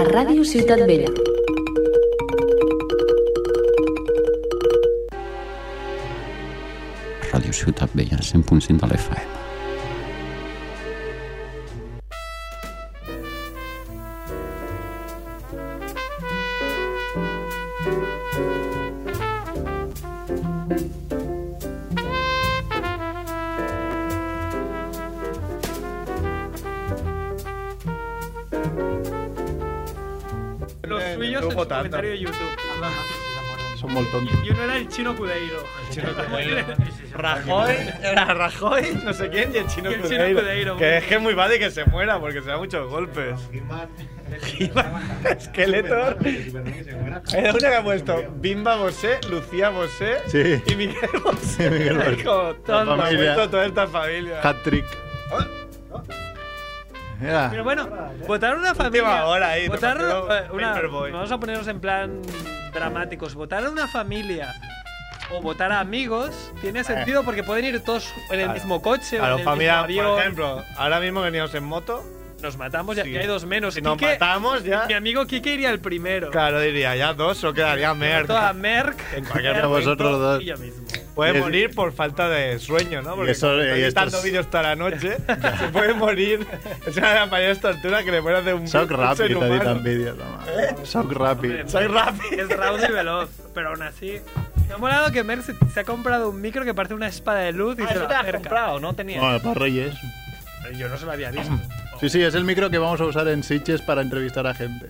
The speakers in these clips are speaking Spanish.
a Ràdio Ciutat Vella. Ràdio Ciutat Vella, 100.5 de l'FM. Los Eh, suyos no en su hubo tanto. comentario de YouTube. Son molt tontos. Y uno era el chino Cudeiro. El chino Cudeiro. Rajoy, era Rajoy, no sé quién, y el chino Y el chino Cudeiro. Cudeiro. Que es que es muy bad y que se muera porque se da muchos golpes. Skeletor. Era una que ha puesto Bimba Bosé, Lucía Bosé Sí. y Miguel Bosé. Sí, Miguel Bosé. Es como todo, ha familia. puesto toda esta familia. Hat-trick. Mira. Pero bueno, votaron una Última familia. hora ahí, votaron repartió eh, una. Paperboy. Vamos a ponernos en plan dramáticos. Votar a una familia o votar a amigos Eh. tiene sentido porque pueden ir todos en el Claro. mismo coche. o Claro, en el familia, mismo por avión. ejemplo, ahora mismo que veníamos en moto, Nos matamos, ya, Sí. ya hay dos menos. si nos Quique- matamos ya, Mi amigo Kike iría el primero. claro, diría, ya dos, o quedaría Merck. Toda Merck. En cualquier Merck, vosotros dos. Y yo mismo. Puede Es- morir por falta de sueño, ¿no? Porque Y eso- como y están editando estos- vídeos toda la noche, se puede morir. Es una de las mayores torturas que le pueden hacer un, Soc un ràpid, ser ha dit en humano. vídeos, home. Soc ràpid. Soy rápido. Es raudo y veloz, pero aún así. Me ha molado que Merck se, se ha comprado un micro que parece una espada de luz y Ah, se lo acerca. ¿no? Tenía. Bueno, para Reyes. Yo no se lo había visto. Sí, sí, es el micro que vamos a usar en Sitges para entrevistar a gente.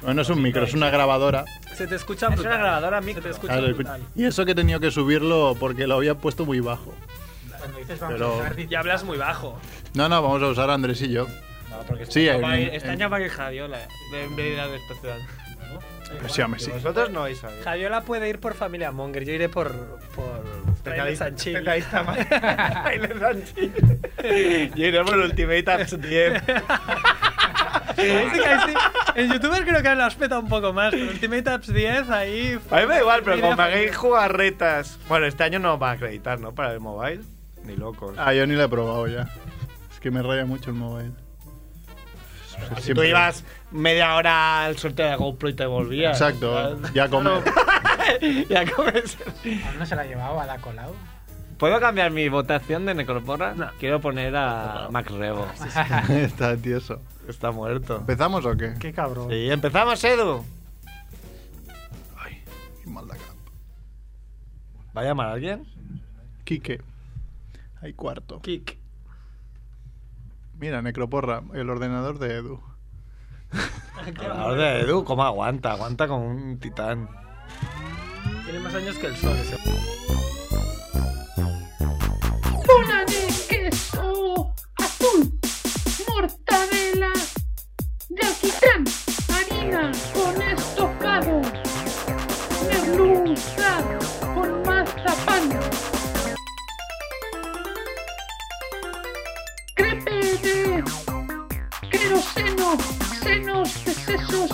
Bueno, no es un micro, es una grabadora. Se te escucha brutal. una grabadora Se te escucha Claro, brutal. y eso que he tenido que subirlo porque lo había puesto muy bajo. Cuando dices Pero- vamos a usar, Y hablas muy bajo. No, no, vamos a usar a Andrés y yo. Sí, en- en- para que Javiola. eh. De especial. Pero Pues sí, hombre, sí. Vosotros no vais a ir. Javiola puede ir por familia Monger. Yo iré por. por. Trailer Especialista- Sanchil. especialista más. Trailer Sanchil. Y iremos al Ultimate Apps 10. Ahí sí que- ahí sí. En YouTuber creo que lo has petado un poco más. pero Ultimate Apps 10 ahí. A mí me da igual, pero Mira, como paguéis jugarretas. Bueno, este año no va a acreditar, ¿no? Para el mobile. Ni locos. Ah, yo ni lo he probado ya. Es que me raya mucho el móvil. Si tú ibas media hora al sorteo de la GoPro y te volvías. Exacto, ya come. Ya comes. ¿aún no se la llevaba a la Colau? ¿Puedo cambiar mi votación de Necroporra? No. Quiero poner a Max Rebo. Está tieso. Está muerto. ¿Empezamos o qué? Qué cabrón. Y empezamos, Edu. Qué mal de cap. ¿Va a llamar a alguien? Quique. Hay cuarto. Kick. Mira, Necroporra, el ordenador de Edu. Hablador de Edu, ¿cómo aguanta? Aguanta como un titán. Tiene más años que el sol. ese. bola de queso azul, mortadela de alquitrán, harina con estocado, merluza con mazapán, crepe de queroseno, senos de sesos,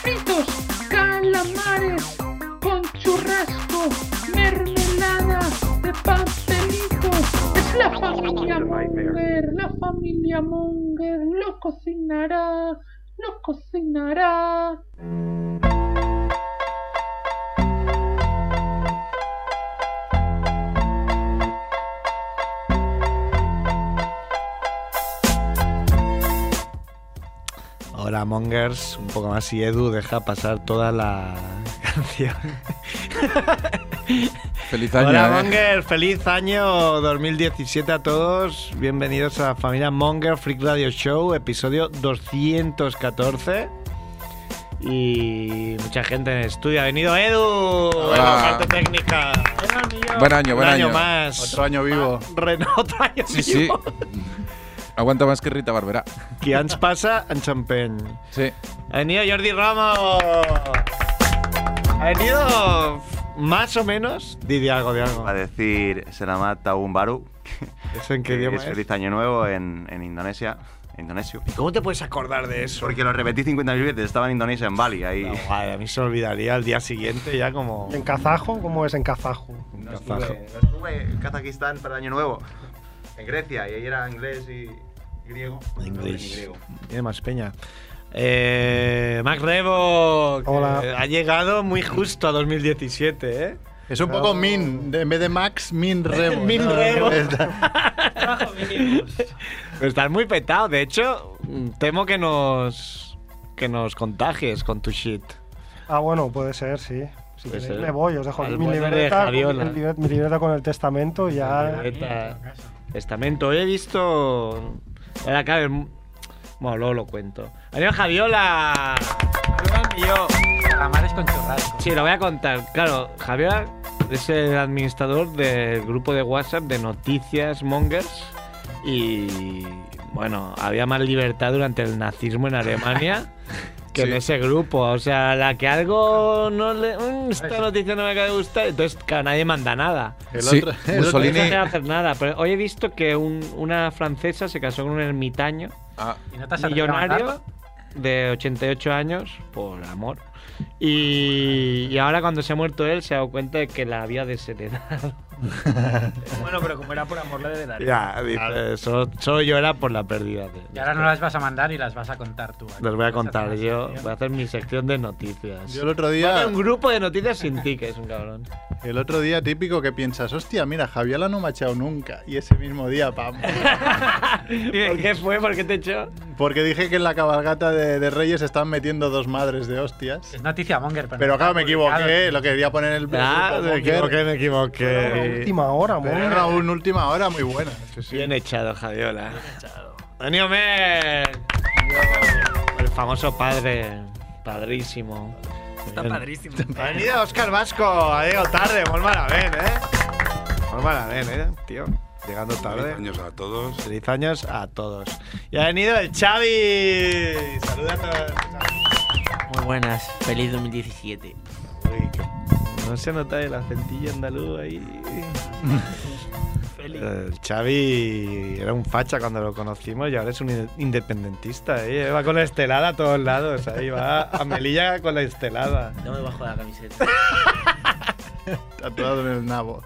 fritos, calamares con churrasco, mermelada de pastelito. Es la familia Monger, la familia Monger lo cocinará, lo cocinará. Ahora Mongers, un poco más y Edu deja pasar toda la canción. Feliz año. Hola eh. Monger, feliz año 2017 a todos. Bienvenidos a la familia Monger Freak Radio Show, episodio 214. Y mucha gente en el estudio. Ha venido Edu. Oh, Ah. Hola. Bueno, parte técnica. Buen año, Un buen año, año. más. Ah, Otro año vivo. Renault, otro año Sí, sí. vivo. Aguanta más que Rita Barberà. Qui ens passa, en Champagne. Sí. Ha venido Jordi Ramos. Ha venido más o menos. Didi algo, de algo. a decir Selamat un Baru. ¿Eso en qué idioma es? Feliz Año Nuevo en, en Indonesia. Indonesio. ¿Cómo te puedes acordar de eso? Porque lo repetí 50.000 veces, estaba en Indonesia, en Bali. Ahí. No, guay, a mí se me olvidaría al día siguiente ya como... ¿En kazajo? ¿Cómo es en kazajo? No Kazajo. estuve, no estuve en Kazajistán para Año Nuevo. En Grecia, y ahí era inglés y griego. Inglés. griego. Tiene más peña. Eh, Mac Rebo que Hola. ha llegado muy justo a 2017, ¿eh? Es un poco min, de- en vez de Max, min remo. Min ¿no? Remo. Está- Trabajo mínimo. Pero estás muy petado. De hecho, mm, temo que nos que nos contagies con tu shit. Ah, bueno, puede ser, sí. Si Puede queréis ser. me voy, os dejo aquí Al mi bueno de libreta, Javiola. el libre- mi libreta con el testamento y ya. Esta- Estamento, he visto. Ahora cabe. Bueno, luego lo cuento. Adiós, Javiola. Yo. Calamares con churrasco. Sí, lo voy a contar. Claro, Javiola es el administrador del grupo de WhatsApp de Noticias Mongers. Y. Bueno, había más libertad durante el nazismo en Alemania. Que en Sí. ese grupo, o sea, la que algo no le. "Mm, esta noticia no me acaba de gustar, entonces, claro, nadie manda nada. El Sí, otro- el otro- Mussolini. No se va a hacer nada, pero hoy he visto que un- una francesa se casó con un ermitaño Ah, Y no te has atrevido a millonario matarlo. de 88 años, por amor. Y, y ahora cuando se ha muerto él se ha dado cuenta de que la había desheredado. Bueno, pero como era por amor, la de dar. Ya, dice, solo, solo llora por la pérdida de Y ahora no las vas a mandar y las vas a contar tú. aquí. Los voy a Vas contar hacer yo, una sección. voy a hacer mi sección de noticias. Yo el otro Voy a hacer día, un grupo de noticias sin ti, que es un cabrón. el otro día típico que piensas, hostia, mira, Javiola no me ha echado nunca. Y ese mismo día, pam. ¿Por qué fue? ¿Por qué te echó? Porque dije que en la cabalgata de, de Reyes están metiendo dos madres de hostias. Es noticia monger, pero. Pero no claro, me está publicado. equivoqué, lo quería poner en el. Ah, el me Monger. equivoqué, me equivoqué. Última hora, Pero mon. era una última hora muy buena. sí, sí. Bien echado, Javiola. Bien echado. Daniel Mer. El famoso padre. Padrísimo. Está Bien. padrísimo. Bienvenido, Oscar Vasco. Ha llegado tarde. Muy mala vez, ¿eh? Muy mala vez, ¿eh, tío? Llegando tarde. Feliz años a todos. Feliz años a todos. Y ha venido el Xavi. Saluda a todos. Muy buenas, feliz 2017. Uy, que- no se nota el acentillo andaluz ahí. ¿eh? El Eh, Xavi era un facha cuando lo conocimos y ahora es un inde- independentista. ¿eh? Va con la estelada a todos lados. Ahí va a Melilla con la estelada. No me bajo de la camiseta. Tatuado en el nabo.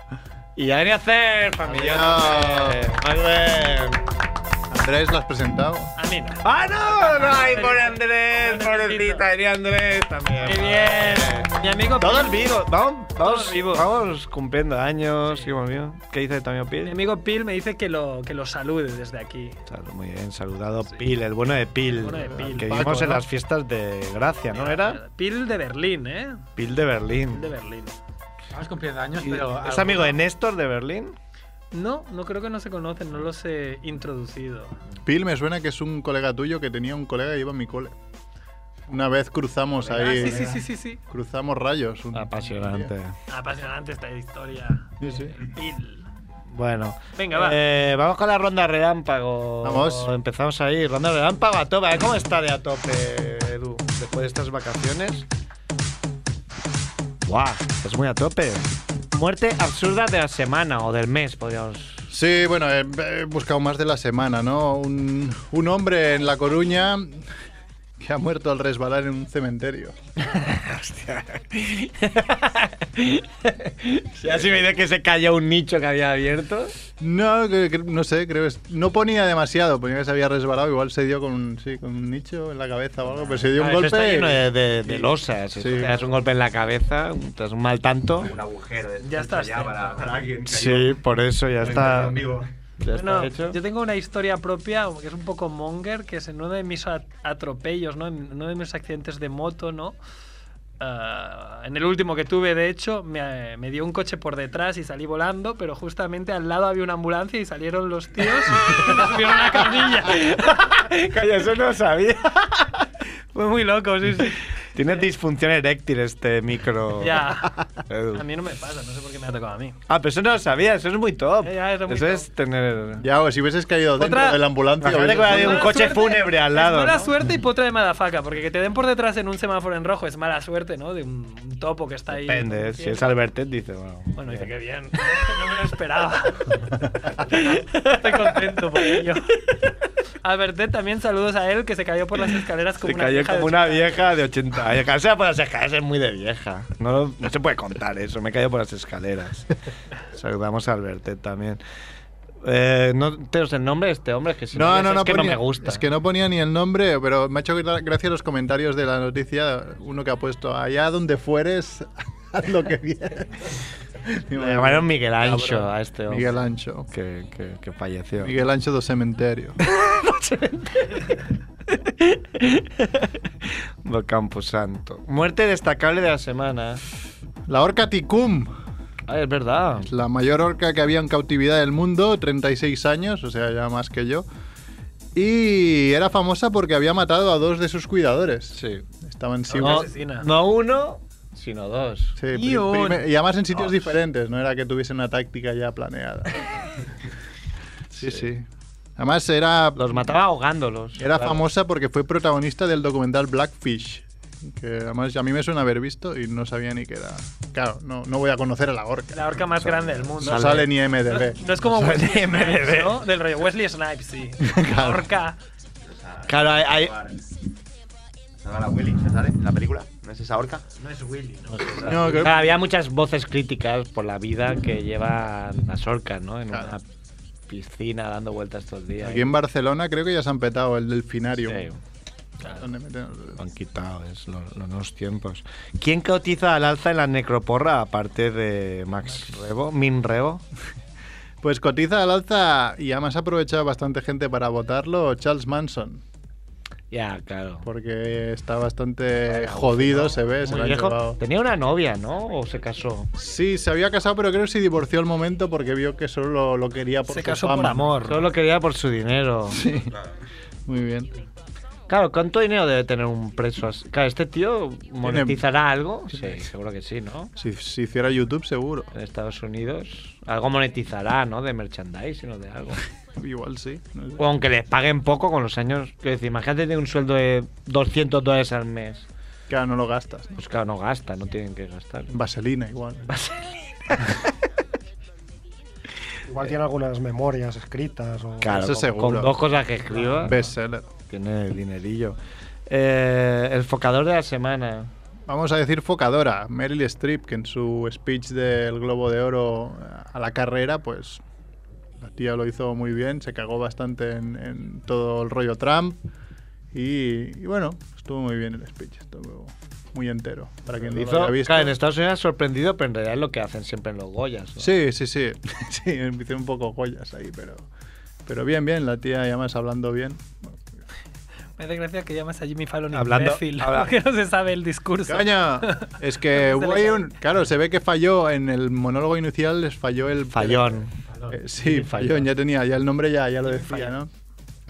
Y ya venía a hacer, familia. Andrés, ¿lo has presentado? A mí no. ¡Ah, no! ¡No hay por Andrés! ¡Pobrecita! Venía Andrés también. Eh, Muy bien. Mi amigo Todos Pi- vivos. Vamos, vamos, Todos vivos. vamos cumpliendo años. Sí. mío. ¿Qué dice también Mi Pil? amigo Pil me dice que lo, que lo salude desde aquí. Salud, Muy bien, saludado Pil, el bueno de Pil. El bueno de Pil. Que Paco, vimos en ¿no? las fiestas de Gracia, ¿no era? Pil de Berlín, ¿eh? Pil de Pil de Berlín. Berlín. Vamos cumpliendo años, pero. ¿Es amigo de Néstor de Berlín? No, no creo que no se conocen, no los he introducido. Pil me suena que es un colega tuyo que tenía un colega que iba a mi cole. Una vez cruzamos ah, ahí. sí, sí, sí, sí, sí. Cruzamos rayos. un- Apasionante. Apasionante esta historia. Sí, sí. Pil. Bueno, Venga, va. eh, vamos con la ronda relámpago. Vamos. Empezamos ahí, ronda relámpago a tope. A ver ¿Cómo está de a tope, Edu, después de estas vacaciones? ¡Guau! Es muy a tope. Muerte absurda de la semana o del mes, podríamos. Sí, bueno, he, he buscado más de la semana, ¿no? Un, un hombre en La Coruña que ha muerto al resbalar en un cementerio. Ya si me dices que se cayó un nicho que había abierto. No, que- que- no sé, creo que es- no ponía demasiado, ponía que se había resbalado, igual se dio con, un- sí, con un nicho en la cabeza o algo, pero Pues se dio un Ah, eso está golpe. lleno de, de- de losas. Sí. Eso Te das un golpe en la cabeza, te das un mal tanto. Un agujero. de- Ya estás Ya para, para alguien. que haya- Sí, por eso ya está. en vivo. Ya está Bueno, hecho. yo tengo una historia propia que es un poco monger, que es en uno de mis at- atropellos, ¿no? En uno de mis accidentes de moto, ¿no? Ah, en el último que tuve, de hecho, me, me dio un coche por detrás y salí volando, pero justamente al lado había una ambulancia y salieron los tíos y me subieron a la camilla. Calla, eso no lo sabía. Fue muy loco, sí, sí. Tiene disfunción eréctil este micro. Ya. Edu. A mí no me pasa, no sé por qué me ha tocado a mí. Ah, pero eso no lo sabía, eso es muy top. Ya, ya, eso es muy eso top. es tener. Ya, o si hubieses caído dentro Otra- de la ambulancia. Imagínate que hubieses- había un Mala coche suerte- fúnebre al es lado, Mala ¿no? suerte y potra de madafaca, porque que te den por detrás en un semáforo en rojo es mala suerte, ¿no? De un, un topo que está ahí. Depende, ¿eh? si es Albertet, dice. Bueno, Bueno, dice que bien. No me lo esperaba. Estoy contento por ello. A Bertet también saludos a él que se cayó por las escaleras como Se una cayó vieja de como una 80. vieja de 80 años. Caerse por las escaleras es muy de vieja. No, lo- no se puede contar eso. Me he caído por las escaleras. Saludamos a Albertet también. Eh, no tenemos el nombre de este hombre, que si No, lo no, dices no pues es que ponía- no me gusta. Es que no ponía ni el nombre, pero me ha hecho gra- gracia los comentarios de la noticia. Uno que ha puesto, allá donde fueres, haz lo que quieras. Digo, Le llamaron Miguel cabrón. Ancho a este hombre. Miguel Ancho. Que, que- que falleció. Miguel Ancho em- do Cementerio. del Camposanto. Muerte destacable de la semana. La orca Ticum. Ah, es verdad. La mayor orca que había en cautividad del mundo, 36 años, o sea, ya más que yo. Y era famosa porque había matado a dos de sus cuidadores. Sí. Estaban No, siempre. no uno, sino dos. Sí, pri- Y un- primer- y además en sitios Dos. diferentes, no era que tuviesen una táctica ya planeada. sí, sí, Además era... Los mataba ahogándolos. Era Claro. famosa porque fue protagonista del documental Blackfish, que además a mí me suena haber visto y no sabía ni qué era. Claro, no, no voy a conocer a la orca. La orca más Sale. grande del mundo. No sale ni MDB. No, no es como No sale Wesley ni MDB. Snipes, ¿no? Del rey Wesley Snipes, sí. La Claro. orca. Claro, hay. hay- Salga la Willy, ¿ya sale? ¿La película? ¿No es esa orca? Ah, No es Willy, ¿no? No, creo- Había muchas voces críticas por la vida que llevan las orcas, ¿no? En una piscina dando vueltas todo el día. Aquí en Barcelona creo que ya se han petado el delfinario. Sí. Donde meten los dedos. han quitado, es lo- los nuevos tiempos. ¿Quién cotiza al alza en la necroporra aparte de Max Rebo? Min Rebo. Pues cotiza al alza y además ha aprovechado bastante gente para votarlo Charles Manson, Ya, claro. porque está bastante jodido, se ve, se Muy lo han viejo. llevado. Tenía una novia, ¿no? ¿O se casó? Sí, se había casado, pero creo que se divorció al momento porque vio que solo lo quería por Se su casó por fama. amor. Solo quería por su dinero. Sí. Muy bien. Claro, ¿cuánto dinero debe tener un preso así? Claro, ¿este tío monetizará algo? Sí, seguro que sí, ¿no? Si, si hiciera YouTube, seguro. En Estados Unidos. Algo monetizará, ¿no? De merchandising o de algo. Igual sí. no sé. O aunque les paguen poco con los años. Quiero decir, imagínate tener un sueldo de 200 dólares al mes. Claro, no lo gastas. Pues claro, no gasta, no tienen que gastar. Vaselina igual. Igual tiene algunas memorias escritas. O... Claro, Eso con, seguro. con dos cosas que escriba, Bestseller. tiene el dinerillo. Eh, el focador de la semana. Vamos a decir focadora. Meryl Streep, que en su speech del Globo de Oro a la carrera, pues la tía lo hizo muy bien, se cagó bastante en, en todo el rollo Trump. Y, y bueno, estuvo muy bien el speech, estuvo muy entero. Para quien no lo Hizo, haya visto. claro, en Estados Unidos ha sorprendido, pero en realidad es lo que hacen siempre en los Goyas. ¿no? Sí, sí, sí. sí, empecé un poco joyas ahí, pero, pero bien, bien, la tía y además hablando bien. Me da gracia que llamas a Jimmy Fallon Hablando- imbécil. habla- Porque no se sabe el discurso. ¡Caña! Es que Se le hubo ahí cae. un- Claro, se ve que falló en el monólogo inicial, les falló el. Fallón. Eh, sí, Sí, fallón, fallón. ya tenía, ya el nombre ya, ya lo decía, ¿no?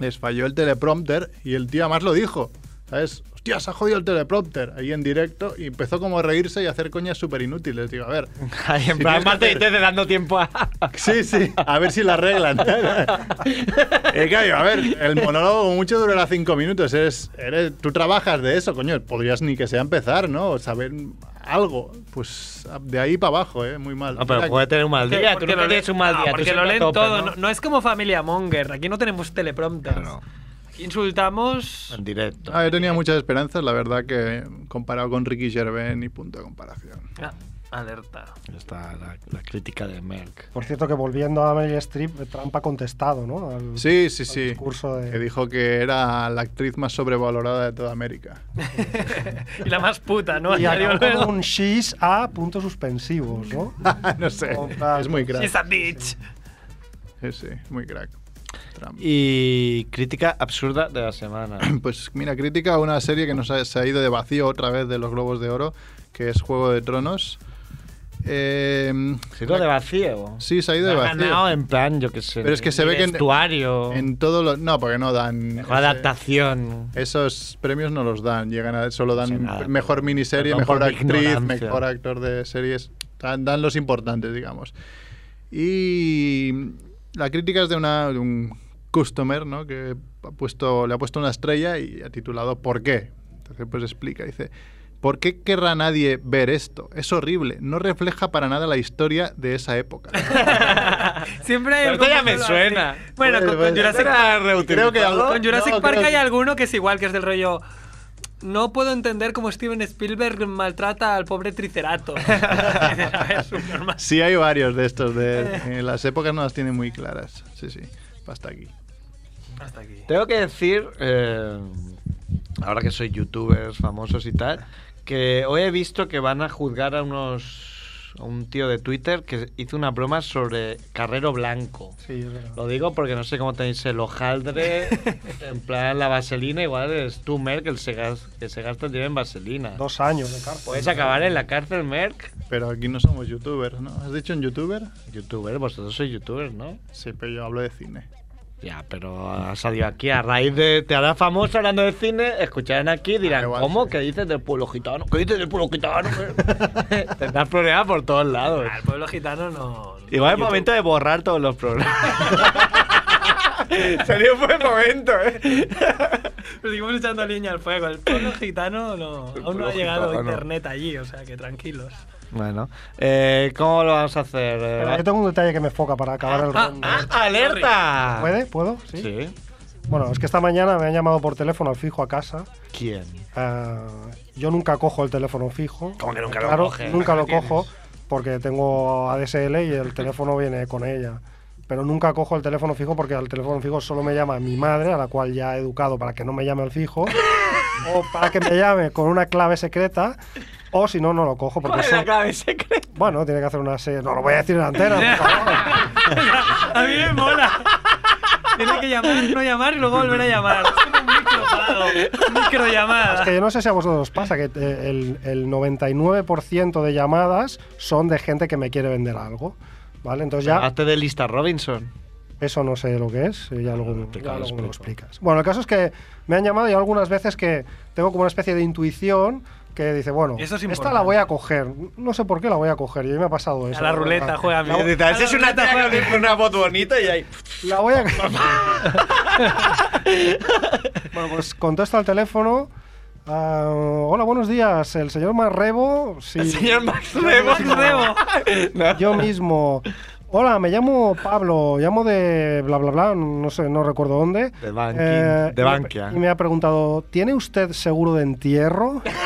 Les falló el teleprompter y el tío además lo dijo. ¿Sabes? Hostia, se ha jodido el teleprompter ahí en directo y empezó como a reírse y a hacer coñas súper inútiles. Digo, a ver. Ahí en si plan, tienes que Marte y hacer- Tete dando tiempo a. Sí, sí, a ver si la arreglan. Eh, claro, a ver, el monólogo como mucho durará cinco minutos. Eres, eres, tú trabajas de eso, coño. Podrías ni que sea empezar, ¿no? O saber algo. Pues a- de ahí para abajo, ¿eh? Muy mal. No, Ah, pero Mira, puede tener un mal Porque- día. Tú porque no lo tienes leen- un mal Ah, día. tú porque lo siempre a leen tope, todo. ¿no? ¿no? no es como Familia Monger. Aquí no tenemos teleprompters. Claro. Aquí insultamos. En directo. Ah, yo tenía muchas esperanzas, la verdad que comparado con Ricky Gervais ni punto de comparación. Ah, alerta. Está la, la crítica de Merck. Por cierto, que volviendo a Meryl Streep, Trump ha contestado, ¿no? Al- Sí, sí, al sí. discurso Que de. dijo que era la actriz más sobrevalorada de toda América. y la más puta, ¿no? Y Añadió acabó luego. con un she's a puntos suspensivos, ¿no? no sé, Total. es muy crack. She's a bitch. Sí, sí, muy crack. Trump. Y crítica absurda de la semana. Pues mira, crítica a una serie que nos ha, se ha ido de vacío otra vez de los Globos de Oro, que es Juego de Tronos. Eh, Sigo de vacío. sí, se ha ido de Ha vacío. ganado en plan, yo qué sé. Pero es que se ve que en- Vestuario. En todos los... No, porque no dan... mejor ese- adaptación. Esos premios no los dan, llegan a, solo No dan sé nada. mejor miniserie, Perdón mejor por mi actriz, ignorancia. mejor actor de series, dan, dan los importantes, digamos. Y la crítica es de, una, de un customer, ¿no? Que ha puesto, le ha puesto una estrella y ha titulado ¿Por qué? Entonces pues explica, dice, ¿por qué querrá nadie ver esto? Es horrible, no refleja para nada la historia de esa época. Siempre hay Pero esto algún ya me puto suena. así. Bueno, Pues, con, pues, con Jurassic era Park. reutilizado. Creo que algo- con Jurassic no, Park creo hay que- alguno que es igual, que es del rollo. no puedo entender cómo Steven Spielberg maltrata al pobre Triceratops. A ver, Superman. Sí, hay varios de estos. De, en las épocas no las tiene muy claras. Sí, sí. Hasta aquí. Hasta aquí. Tengo que decir, eh, ahora que soy youtubers famosos y tal, que hoy he visto que van a juzgar a unos a un tío de Twitter que hizo una broma sobre Carrero Blanco. Lo digo porque no sé cómo tenéis el hojaldre, en plan la vaselina, igual es tú, Merck, el se gas- que se gasta el dinero en vaselina. Dos años de cárcel. Puedes acabar en la cárcel, Merck. Pero aquí no somos youtubers, ¿no? ¿Has dicho un youtuber? Youtuber, vosotros sois youtubers, ¿no? Sí, pero yo hablo de cine. Ya, pero ha salido aquí a raíz de te harás famoso hablando de cine, escucharán aquí y dirán, ¿cómo? Ah, ¿Qué dices del pueblo gitano? ¿Qué dices del pueblo gitano? Tendrás problemas por todos lados. Al pueblo gitano no. Igual es momento de borrar todos los programas. Sería un buen momento, ¿eh? Pero seguimos echando leña al fuego. El pueblo gitano no. Aún no pueblo ha llegado gitano ah, no. internet allí, o sea que tranquilos. Bueno, eh, ¿cómo lo vamos a hacer? Eh, Pero yo tengo un detalle que me foca para acabar Ah, el rondo. ¡Alerta! ¿Puede? ¿Puedo? Sí. Bueno, es que esta mañana me han llamado por teléfono al fijo a casa. ¿Quién? Ah, yo nunca cojo el teléfono fijo. ¿Cómo que nunca lo Claro, coges? Nunca lo ¿Lo tienes? cojo porque tengo ADSL y el teléfono viene con ella. Pero nunca cojo el teléfono fijo porque al teléfono fijo solo me llama mi madre, a la cual ya he educado para que no me llame al fijo, o para que me llame con una clave secreta, o si no, no lo cojo. Porque ¿Cuál es la sé- clave secreta? Bueno, tiene que hacer una serie. No lo voy a decir en la antena. por favor. A mí me mola. Tiene que llamar, no llamar y luego volver a llamar. Es como un micropago. Micro Es llamada. que yo no sé si a vosotros os pasa que eh, el, el 99% de llamadas son de gente que me quiere vender algo. ¿Vale? Entonces Ah. ya. Hazte de lista Robinson. Eso no sé lo que es, eh, ya luego, ya luego me lo explicas. Bueno, el caso es que me han llamado y algunas veces que tengo como una especie de intuición que dice, bueno, Eso es esta importante. la voy a coger. No sé por qué la voy a coger, y a mí me ha pasado eso. Ah, A la ruleta, juega a mí. La, A la Es una ruleta, juega a mí. tía con una voz bonita y ahí. la voy a bueno, pues contesto al teléfono. ah, hola, buenos días. El señor Marrebo. Sí. El señor Max Rebo. Max Rebo. Yo mismo. Hola, me llamo Pablo, llamo de bla bla bla, no sé, no recuerdo dónde. Eh, De Bankia, de y me- Bankia. Y me ha preguntado, ¿tiene usted seguro de entierro? Pues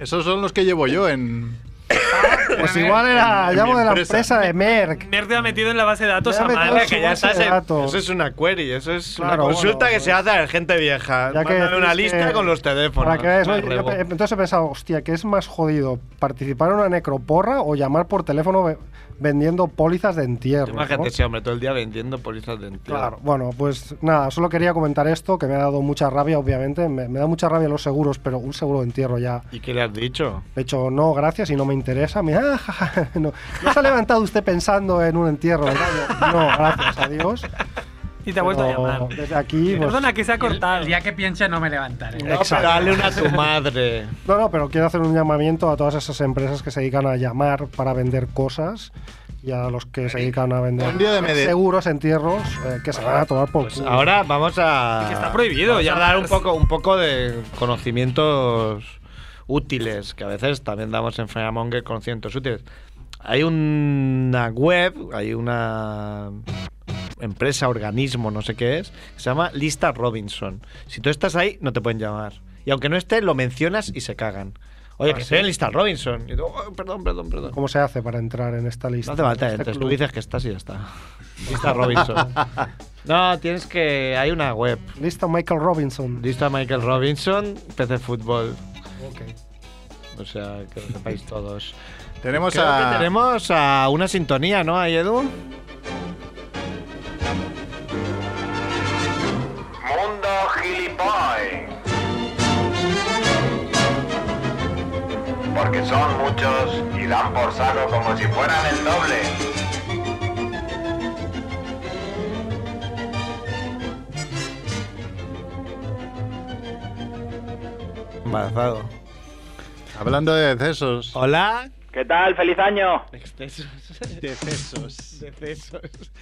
Esos son los que llevo yo en. Ah, Pues igual era, en mi llamo de la empresa. empresa de Merck. Nerd te ha metido en la base de datos Me ha a metido mano. en su base de datos. Eso es una query, eso es Claro, una bueno, consulta que se hace a la gente vieja. Ya que Mándame una decís lista que- con los teléfonos. Para que veas, ¿no? Más Yo- rebo. yo pe- entonces he pensado, hostia, ¿qué es más jodido? ¿Participar en una necroporra o llamar por teléfono ve- vendiendo pólizas de entierro? Imagínate ¿no? ese hombre todo el día vendiendo pólizas de entierro. Claro, bueno, pues nada, solo quería comentar esto, que me ha dado mucha rabia, obviamente. Me, me da mucha rabia los seguros, pero un seguro de entierro ya. ¿Y qué le has dicho? De hecho, no, gracias y no me interesa. Me, ah, ja, ja, no. ¿No se ha levantado usted pensando en un entierro? ¿verdad? Yo, No, gracias, adiós. Y te ha vuelto a Pero llamar. Desde aquí, pues- Perdona, que se ha cortado. El día que piense no me levantaré. No, pero dale una a tu madre. No, no, pero quiero hacer un llamamiento a todas esas empresas que se dedican a llamar para vender cosas y a los que se dedican a vender Un día de media. seguros, entierros, eh, que se van a tomar por Pues culo. ahora vamos a. Es que está prohibido vamos a llamar. dar un poco, un poco de conocimientos útiles, que a veces también damos en Firemonger conocimientos útiles. Hay una web, hay una empresa, organismo, no sé qué es, que se llama Lista Robinson. Si tú estás ahí, no te pueden llamar. Y aunque no esté, lo mencionas y se cagan. Oye, Ah, que estoy en Lista Robinson. Y tú, "Oh, perdón, perdón, perdón. ¿Cómo se hace para entrar en esta lista? No hace falta, en este entonces tú club? dices que estás y ya está. Lista Robinson. No, tienes que. Hay una web. Lista Michael Robinson. Lista Michael Robinson, PC Fútbol. Ok. O sea, que lo sepáis todos. Tenemos Creo a. que tenemos a una sintonía, ¿no? Ahí, Edu. Mundo Gilipoy. Porque son muchos y dan por saco como si fueran el doble. Embarazado. Hablando de excesos. Hola. ¿Qué tal? ¡Feliz año! Excesos. Decesos. Decesos.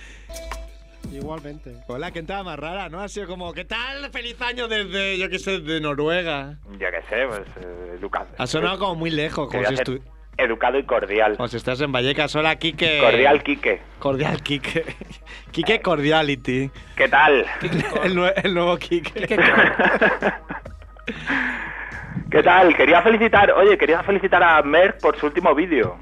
Igualmente. Hola, ¿qué tal? Más rara, ¿no? Ha sido como, ¿qué tal? ¡Feliz año desde, yo qué sé, de Noruega! Yo qué sé, pues eh, educado. Ha sonado como muy lejos, como Quería si, hacer- estu- Educado y cordial. como si Pues estás en Vallecas. Hola, Quique. Cordial Quique. Cordial, Quique. Quique Cordiality. ¿Qué tal? El, nue- el nuevo Quique. Qué cor- ¿Qué tal? Quería felicitar, oye, quería felicitar a Merck por su último vídeo.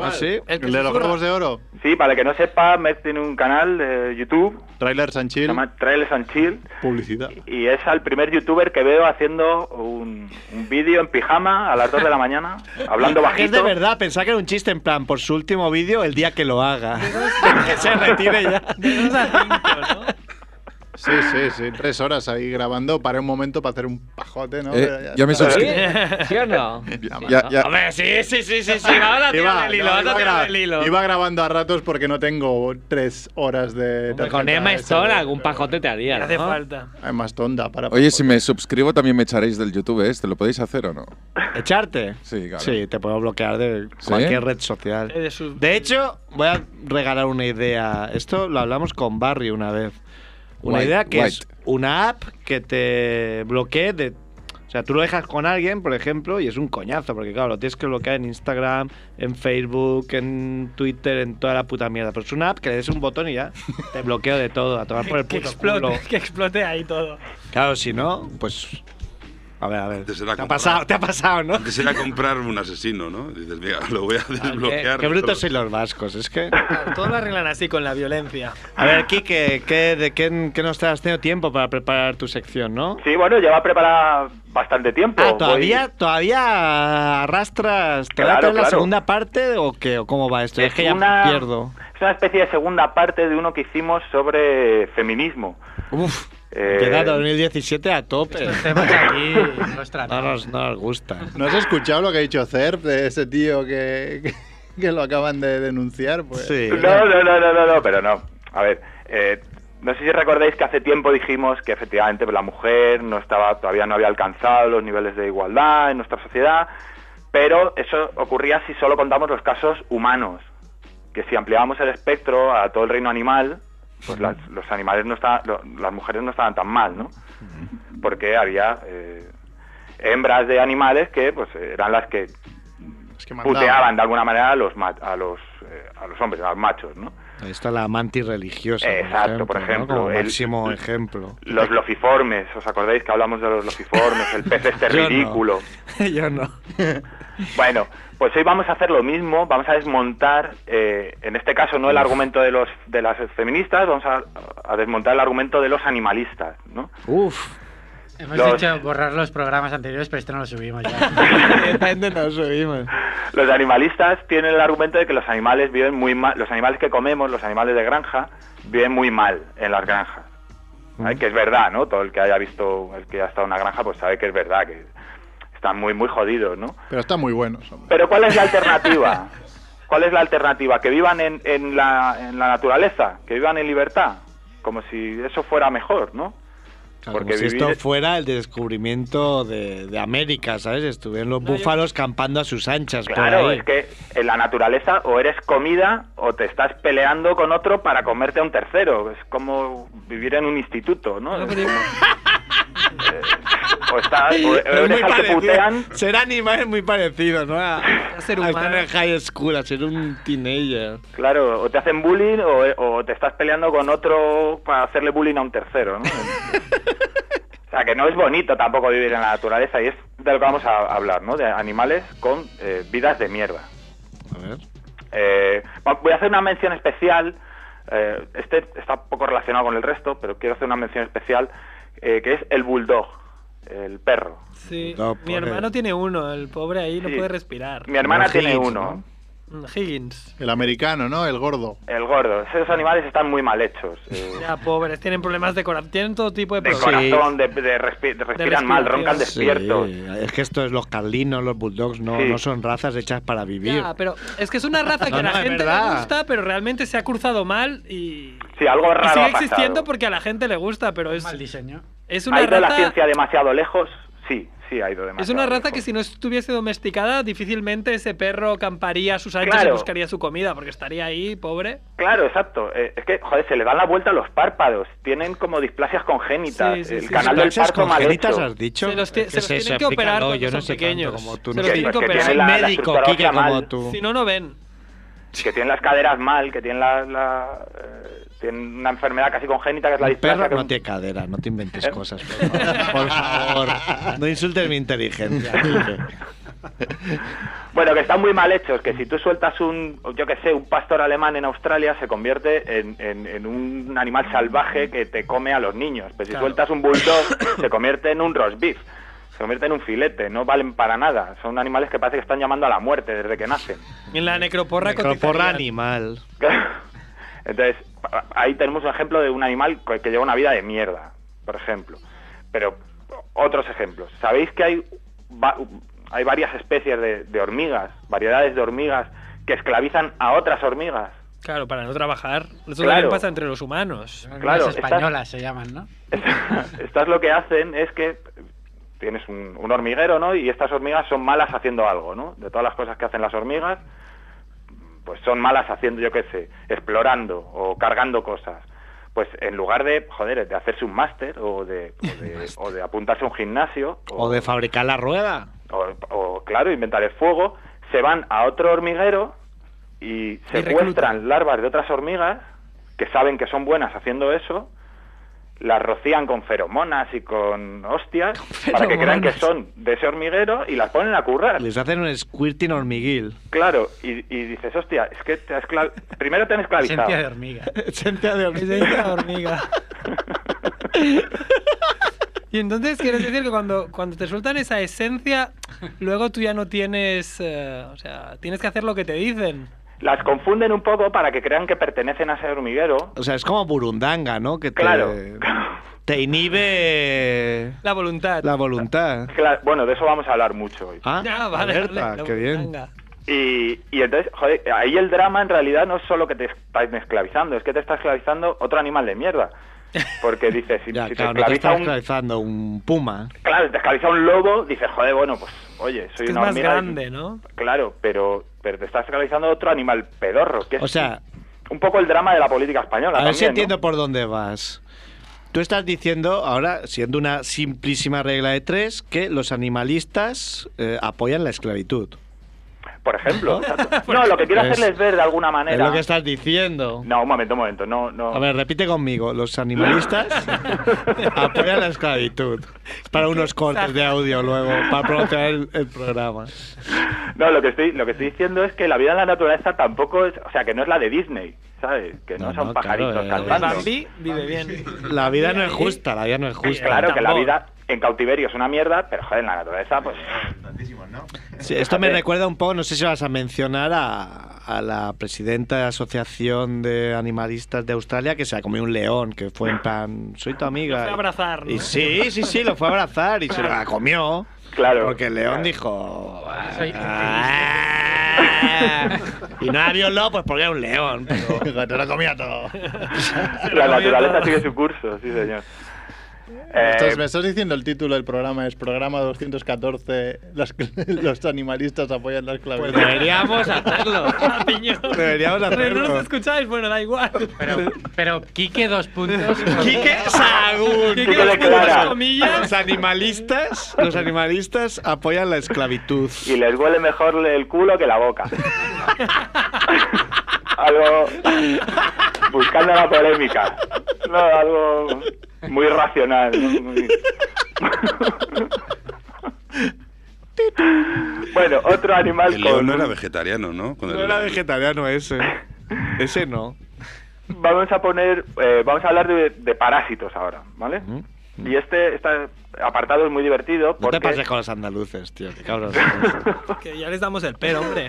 ¿Ah, sí? El ¿El que de los susurra. Globos de Oro? Sí, para el que no sepa, Merck tiene un canal de YouTube, Trailers and se Chill. llama Trailers and Chill, Publicidad. y es al primer youtuber que veo haciendo un, un vídeo en pijama a las 2 de la mañana, hablando Pensaba que Es de bajito. verdad, pensaba que era un chiste en plan, por su último vídeo, el día que lo haga. que se retire ya. Sí, sí, sí. Tres horas ahí grabando. Paré un momento para hacer un pajote, ¿no? Eh, Pero ya yo me está. suscribí. ¿Sí o no? Ya- ya- Hombre, sí, sí, sí, sí, sí. Ahora tira Iba, el hilo, no, ahora iba tira gra- el hilo. iba grabando a ratos porque no tengo tres horas de. Con tarjeta Emma de Stone esa. algún pajote te haría, ¿no? hace falta. Emma Stone da para. Oye, si me suscribo también me echaréis del YouTube este. ¿Lo podéis hacer o no? ¿Echarte? Sí, claro. Sí, te puedo bloquear de cualquier red social. Eh, de su- De hecho, voy a regalar una idea. Esto lo hablamos con Barry una vez. Una White, idea que white. es una app que te bloquee de... O sea, tú lo dejas con alguien, por ejemplo, y es un coñazo, porque claro, lo tienes que bloquear en Instagram, en Facebook, en Twitter, en toda la puta mierda. Pero es una app que le des un botón y ya te bloqueo de todo, a tomar por el que, puto culo. explote, que explote ahí todo. Claro, si no, pues... A ver, a ver. Antes era Te ha comprar- pasado, te ha pasado, ¿no? Antes era comprar un asesino, ¿no? Dices, mira, lo voy a Ah, Qué, desbloquear. qué brutos sois los vascos, es que... Todo lo arreglan así con la violencia. A ver, Kike, ¿qué, ¿de qué, qué nos te has tenido tiempo para preparar tu sección, no? Sí, bueno, lleva preparada bastante tiempo. Ah, Voy- ¿todavía, todavía arrastras? ¿Te va a Claro, traer la claro. segunda parte o qué? ¿O cómo va esto? Es, Es que ya una- me pierdo. Es una especie de segunda parte de uno que hicimos sobre feminismo. Uf, Eh, queda 2017 a tope. aquí no, nos, no nos gusta. ¿No has escuchado lo que ha dicho CERF de ese tío que, que, que lo acaban de denunciar? Pues. No, no, no, no, no, no, pero no. A ver, eh, no sé si recordáis que hace tiempo dijimos que efectivamente la mujer no estaba, todavía no había alcanzado los niveles de igualdad en nuestra sociedad, pero eso ocurría si solo contamos los casos humanos. Que si ampliábamos el espectro a todo el reino animal, pues las, los animales no estaban, lo- las mujeres no estaban tan mal, ¿no? Porque había eh, hembras de animales que pues eran las que Es que mandaba. puteaban de alguna manera a los ma- a los eh, a los hombres, a los machos, ¿no? Ahí está la mantis religiosa. Exacto, por ¿no? ejemplo, Como el- máximo ejemplo. Los lofiformes, ¿os acordáis que hablamos de los lofiformes? El pez este Yo no. ridículo. Yo no. Bueno, pues hoy vamos a hacer lo mismo, vamos a desmontar, eh, en este caso no el argumento de los de las feministas, vamos a, a desmontar el argumento de los animalistas, ¿no? Uf. Hemos Los- dicho borrar los programas anteriores, pero este no lo subimos ya. Depende, nos subimos. Los animalistas tienen el argumento de que los animales viven muy mal, los animales que comemos, los animales de granja, viven muy mal en las granjas. Mm. Ay, Que es verdad, ¿no? Todo el que haya visto, el que ha estado en una granja, pues sabe que es verdad, que están muy, muy jodidos, ¿no? Pero están muy buenos. hombre. Pero ¿cuál es la alternativa? ¿Cuál es la alternativa? ¿Que vivan en, en la, en la naturaleza? ¿Que vivan en libertad? Como si eso fuera mejor, ¿no? Porque Porque si vivir- esto fuera el descubrimiento de, de América, ¿sabes? Estuvieron los búfalos campando a sus anchas por Claro, ahí. es que en la naturaleza o eres comida o te estás peleando con otro para comerte a un tercero. Es como vivir en un instituto, ¿no? Es como- Eh, o, estás, o- o eres al Eh, que putean. Ser animal es muy parecido, ¿no? A, ser a estar humano. en high school, a ser un teenager. Claro, o te hacen bullying o, o te estás peleando con otro para hacerle bullying a un tercero, ¿no? O sea, que no es bonito tampoco vivir en la naturaleza y es de lo que vamos a hablar, ¿no? De animales con eh, vidas de mierda. A ver. Eh, va- voy a hacer una mención especial. eh, este está poco relacionado con el resto, pero quiero hacer una mención especial eh, que es el bulldog, el perro. Sí. No, Mi pobre. hermano tiene uno, el pobre ahí no Sí. puede respirar. Mi hermana tiene uno, Mm, Higgins. El americano, ¿no? El gordo. el gordo. Esos animales están muy mal hechos. eh, Ya, pobres, tienen problemas de corazón, tienen todo tipo de de problemas. corazón, de, de respi- de respiran mal, roncan Sí, despiertos. es que estos, los carlinos, los bulldogs, no, Sí. no son razas hechas para vivir. Ya, pero es que es una raza que No, a la no, es gente le verdad. gusta, pero realmente se ha cruzado mal y, Sí, algo y raro sigue ha pasado. existiendo porque a la gente le gusta, pero es... Mal diseño. Es ¿Ha una ido la raza... ciencia demasiado lejos? Sí, sí, ha ido demasiado Es una raza lejos. que si no estuviese domesticada, difícilmente ese perro camparía a sus anchas y Claro. buscaría su comida, porque estaría ahí, pobre. Claro, exacto. Eh, es que, joder, se le dan la vuelta a los párpados. Tienen como displasias congénitas. Sí, sí, el sí, canal del ¿Displasias parto mal congénitas hecho. has dicho? Se los, ti- ¿Qué se los es eso? tienen que Explícalo, operar cuando yo no son sé tanto pequeños. como tú, se no los sé. tienen que Porque operar. tiene la- la Soy médico, estructura Quique, ósea como mal. tú. Si no, no ven. Que tienen las caderas mal, que tienen la, la, eh, tienen una enfermedad casi congénita que es la Un displasia. perro que ¿Eh? es no un- tiene cadera, no te inventes cosas. Por favor, Por favor. no insultes mi inteligencia. Bueno, que están muy mal hechos, que si tú sueltas un, yo que sé, un pastor alemán en Australia se convierte en, en- en un animal salvaje que te come a los niños. Pero si Claro. sueltas un bulldog se convierte en un roast beef, se convierte en un filete, no valen para nada. Son animales que parece que están llamando a la muerte desde que nacen. En la necroporra Necroporra cotizarían. animal. Entonces, pa- ahí tenemos un ejemplo de un animal co- que lleva una vida de mierda, por ejemplo. Pero otros ejemplos. ¿Sabéis que hay, va- hay varias especies de, de hormigas, variedades de hormigas, que esclavizan a otras hormigas? Claro, para no trabajar. Eso Claro. también pasa entre los humanos. Claro, Las españolas se llaman, ¿no? Estas lo que hacen es que tienes un, un hormiguero, ¿no? Y estas hormigas son malas haciendo algo, ¿no? De todas las cosas que hacen las hormigas, pues son malas haciendo, yo qué sé, explorando o cargando cosas. Pues en lugar de, joder, de hacerse un máster o de, o de, o de apuntarse a un gimnasio O de fabricar la rueda. o, o, claro, inventar el fuego, se van a otro hormiguero y secuestran larvas de otras hormigas que saben que son buenas haciendo eso, las rocían con feromonas y con hostias para que crean que feromonas. son de ese hormiguero y las ponen a currar. Les hacen un squirting hormiguil. Claro, y, y dices, hostia, es que te has esclav- primero te han esclavizado. Esencia de hormiga. Esencia de hormiga. Esencia de hormiga. Y entonces quieres decir que cuando, cuando te sueltan esa esencia, luego tú ya no tienes. eh, o sea, tienes que hacer lo que te dicen. Las confunden un poco para que crean que pertenecen a ese hormiguero. O sea, es como burundanga, ¿no? Que te, Claro. te inhibe La voluntad. la voluntad. Cla- bueno, de eso vamos a hablar mucho hoy. Ah, Ah, vale, alerta, vale, la qué bien. Y, y entonces, joder, ahí el drama en realidad no es solo que te estás esclavizando, es que te está esclavizando otro animal de mierda. Porque dices, si, si Claro, te no te esclaviza estás un, esclavizando un puma. claro, si te esclaviza un lobo, dices, joder, bueno, pues, oye, soy que es una más hormiga y- grande, ¿no? Claro, pero, pero te estás esclavizando otro animal pedorro, que es O sea, un poco el drama de la política española a ver si también, ¿no? entiendo por dónde vas. Tú estás diciendo, ahora, siendo una simplísima regla de tres, que los animalistas eh, apoyan la esclavitud. Por ejemplo. exacto. No, lo que quiero Es- hacerles ver de alguna Es manera... lo que estás diciendo. No, un momento, un momento, no, no. A ver, repite conmigo. Los animalistas apoyan la esclavitud. Para unos cortes de audio luego, para promocionar el, el programa. No, lo que estoy, lo que estoy diciendo es que la vida en la naturaleza tampoco es, o sea, que no es la de Disney, ¿sabes? Que no, No, son no, pajaritos claro, eh. cantando. Bambi vive bien. La vida no es justa, la vida no es justa. Claro que la vida en cautiverio es una mierda, pero joder, en la naturaleza, pues. Sí, esto me recuerda un poco, no sé si vas a mencionar a, a la presidenta de la Asociación de Animalistas de Australia que se ha comido un león, que fue en plan, soy tu amiga. Fue a abrazar. ¿no? Y sí, sí, sí, lo fue a abrazar y se la comió. Claro. Porque el león dijo. "Ah". Y no había un lobo, pues porque era un león. Pero te lo comía todo. La naturaleza sigue su curso, sí, señor. Eh, Estás- me estás diciendo el título del programa, es programa 214, las- los animalistas apoyan la esclavitud. Pues deberíamos hacerlo. Deberíamos Pero no nos escucháis, bueno, da igual. Pero, pero Quique dos puntos. Quique Sagún. Quique Quique de Clara. Comillas. Los animalistas, los animalistas apoyan la esclavitud. Y les huele mejor el culo que la boca. algo. Buscando la polémica. No, algo muy racional. ¿no? Muy- bueno, otro animal El con león no un- era vegetariano, ¿no? Cuando No era vegetariano ese. Ese no. vamos a poner, eh, vamos a hablar de, de parásitos ahora, ¿vale? Y este, este apartado es muy divertido Mm, No porque te pases con los andaluces, tío. Qué cabros. Que ya les damos el pero, hombre.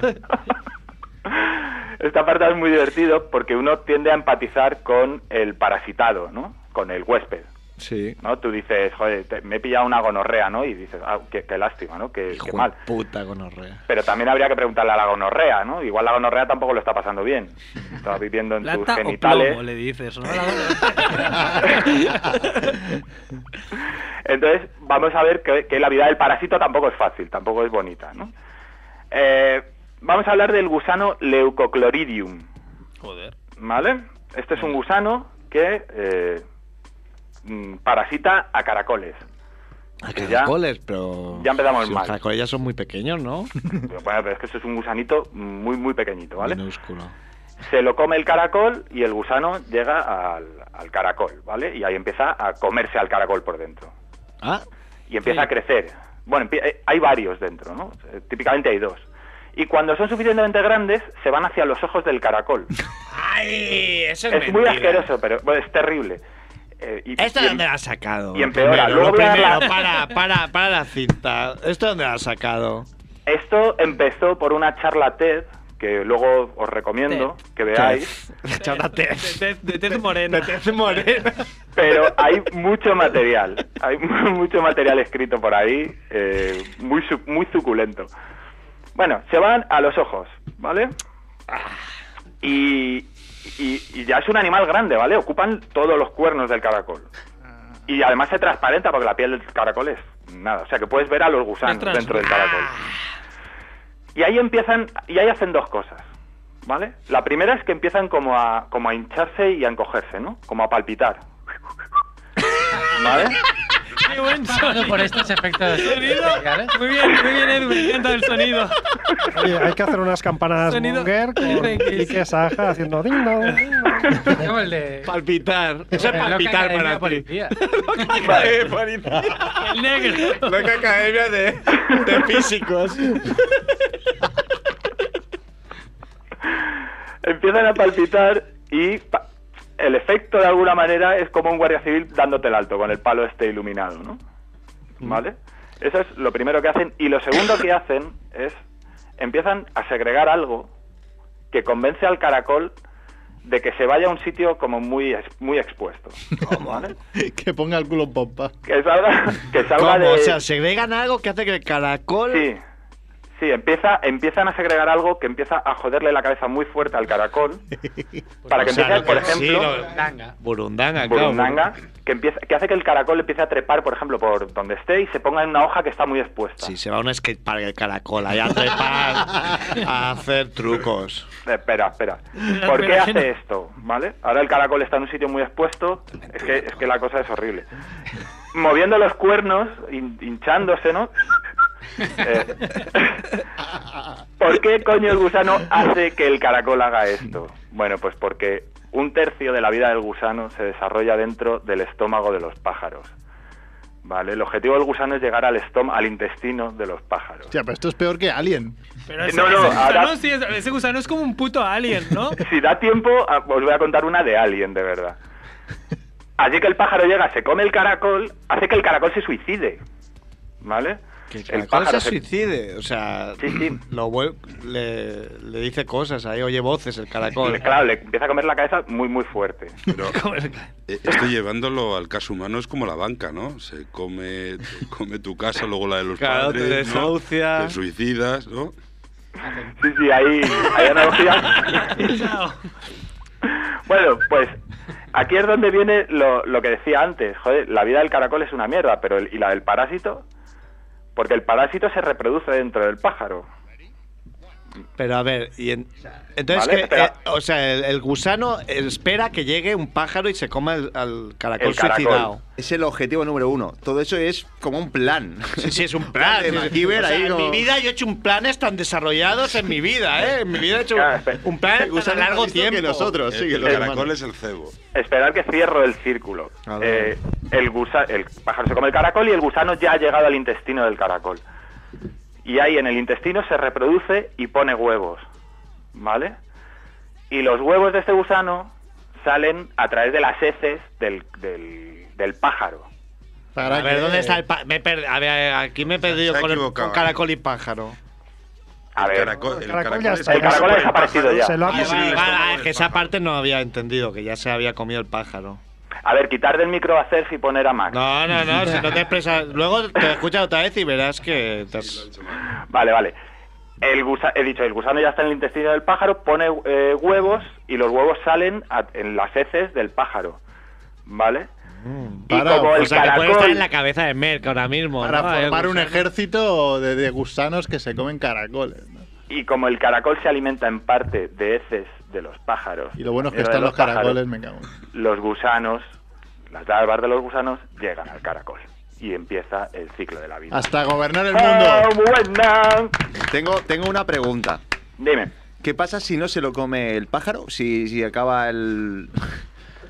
este apartado es muy divertido porque uno tiende a empatizar con el parasitado, ¿no? Con el huésped, Sí. ¿no? Tú dices, joder, te- me he pillado una gonorrea, ¿no? Y dices, ah, qué, qué lástima, ¿no? Qué, qué mal. Puta gonorrea. Pero también habría que preguntarle a la gonorrea, ¿no? Igual la gonorrea tampoco lo está pasando bien. Está viviendo en sus Plata o genitales. plomo, le dices, ¿no? Entonces, vamos a ver que, que la vida del parásito tampoco es fácil, tampoco es bonita, ¿no? Eh, vamos a hablar del gusano leucocloridium, Joder. ¿vale? Este es un gusano que eh, mm, parasita a caracoles. A Que ya- caracoles, pero. ya empezamos si mal. Los caracoles ya son muy pequeños, ¿no? Bueno, pero es que esto es un gusanito muy, muy pequeñito, ¿vale? Minúsculo. se lo come el caracol y el gusano llega al, al caracol, ¿vale? Y ahí empieza a comerse al caracol por dentro. Ah. Y empieza a crecer. Bueno, empie- eh, hay varios dentro, ¿no? Eh, Típicamente hay dos. Y cuando son suficientemente grandes, se van hacia los ojos del caracol. ¡Ay! Eso es, es muy mentira. asqueroso, pero bueno, es terrible. Eh, y- ¿Esto y- dónde lo has sacado? Y empeora. Primero, Luego lo voy a dar primero, la- para, para, para la cinta. ¿Esto dónde lo has sacado? Esto empezó por una charla TED que luego os recomiendo que veáis. Charla TED. De, de Tez Morena. De Tez Morena. Pero hay mucho material, hay mu- mucho material escrito por ahí, eh, muy, su- muy suculento. Bueno, se van a los ojos, ¿vale? Ah. Y, y- y ya es un animal grande, ¿vale? Ocupan todos los cuernos del caracol. Y además se transparenta porque la piel del caracol es nada, o sea que puedes ver a los gusanos Es trans- dentro del caracol. Y ahí empiezan, y ahí hacen dos cosas. ¿Vale? La primera es que empiezan como a, como a hincharse y a encogerse, ¿no? Como a palpitar. ¿Vale? Qué buen sonido. por estos efectos. Sonido. Muy bien, muy bien, Edu. Me encanta el sonido. Oye, hay que hacer unas campanadas Sonido- Munger con Dicen que Quique Saja haciendo ding dong. Como el de. Palpitar. Eso es Loca palpitar Academia para ti. Policía. El negro. Loca academia de, de físicos. Empiezan a palpitar y pa- el efecto de alguna manera es como un guardia civil dándote el alto con el palo este iluminado, ¿no? Mm. ¿Vale? Eso es lo primero que hacen. Y lo segundo que hacen es empiezan a segregar algo que convence al caracol de que se vaya a un sitio como muy, ex- muy expuesto. ¿Vale? que ponga el culo en pompa. Que salga, que salga ¿Cómo? de... O sea, Segregan algo que hace que el caracol. Sí, sí empieza, empiezan a segregar algo que empieza a joderle la cabeza muy fuerte al caracol. para que O sea, empiece, lo- por sí, ejemplo, lo- Burundanga, Ah, claro. burundanga, que, empieza, que hace que el caracol empiece a trepar, por ejemplo, por donde esté y se ponga en una hoja que está muy expuesta. Sí, se va a un skatepark el caracol allá a trepar, a hacer trucos. Eh, Espera, espera. ¿Por qué espera, que no. hace esto? ¿Vale? Ahora el caracol está en un sitio muy expuesto. Es que, es que la cosa es horrible. Moviendo los cuernos, hin- hinchándose, ¿no? Eh, ¿Por qué coño el gusano hace que el caracol haga esto? Bueno, pues porque un tercio de la vida del gusano se desarrolla dentro del estómago de los pájaros. ¿Vale? El objetivo del gusano es llegar al estómago, al intestino de los pájaros. Hostia, pero esto es peor que Alien. Pero ese, No, no, ese gusano, ahora- sí, es- ese gusano es como un puto alien, ¿no? Si da tiempo, a- os voy a contar una de Alien, de verdad. Allí que el pájaro llega, se come el caracol, hace que el caracol se suicide. ¿Vale? Que el El caracol pájaro se se- suicide. O sea, lo vuel- le, le dice cosas ahí, oye voces el caracol. Le- claro, le empieza a comer la cabeza muy, muy fuerte. Eh, Esto llevándolo al caso humano es como la banca, ¿no? Se come, te come tu casa, luego la de los Claro, te padres. ¿no? desahucias. Te suicidas, ¿no? Sí, sí, ahí hay analogía. bueno, pues aquí es donde viene lo, lo que decía antes. Joder, la vida del caracol es una mierda, pero el- ¿y la del parásito? Porque el parásito se reproduce dentro del pájaro. Pero a ver, y en- entonces, Vale, que, espera. eh, o sea, el, el gusano espera que llegue un pájaro y se coma el, al caracol, suicidado. Es el objetivo número uno. Todo eso es como un plan. Sí, sí, es un plan. De Sí, sí. MacGyver O sea, ahí en como- mi vida yo he hecho un planes tan desarrollados en mi vida, ¿eh? En mi vida he hecho un, un plan tan a largo tiempo. Eh, El, el caracol es el cebo. Esperar que cierro el círculo. Eh, el, gusa- el pájaro se come el caracol y el gusano ya ha llegado al intestino del caracol. Y ahí en el intestino se reproduce y pone huevos. ¿Vale? Y los huevos de este gusano salen a través de las heces del, del- del pájaro. A ver, ¿dónde está el pa- me he per- A ver, aquí me he perdido Se ha con, el- con equivocado. caracol y pájaro. A ver. Caracol, el caracol, ya es- está. El caracol ha desaparecido pájaro. ya. Se lo Ah, Y es en Ah, el Vale, estómago es del que esa parte no había entendido, que ya se había comido el pájaro. A ver, quitar del micro a Sergi y poner a Max. No, no, no, si no te expresas. Luego te escuchas otra vez y verás que. te has- Vale, vale. El gusa- he dicho, el gusano ya está en el intestino del pájaro, pone eh, huevos y los huevos salen a- en las heces del pájaro. ¿Vale? Para- como el o sea, que puede caracol- estar en la Mm. cabeza de Merck ahora mismo. Para ¿no? formar Eh, un ejército de, de gusanos que se comen caracoles. ¿no? Y como el caracol se alimenta en parte de heces de los pájaros. Y lo bueno es que mierda están de los caracoles, pájaros, me cago. en- Los gusanos, las larvas de los gusanos, llegan al caracol. Y empieza el ciclo de la Ah. vida. Hasta gobernar el Ah, mundo. buena. Tengo, tengo una pregunta. Dime. ¿Qué pasa si no se lo come el pájaro? Si, si acaba el.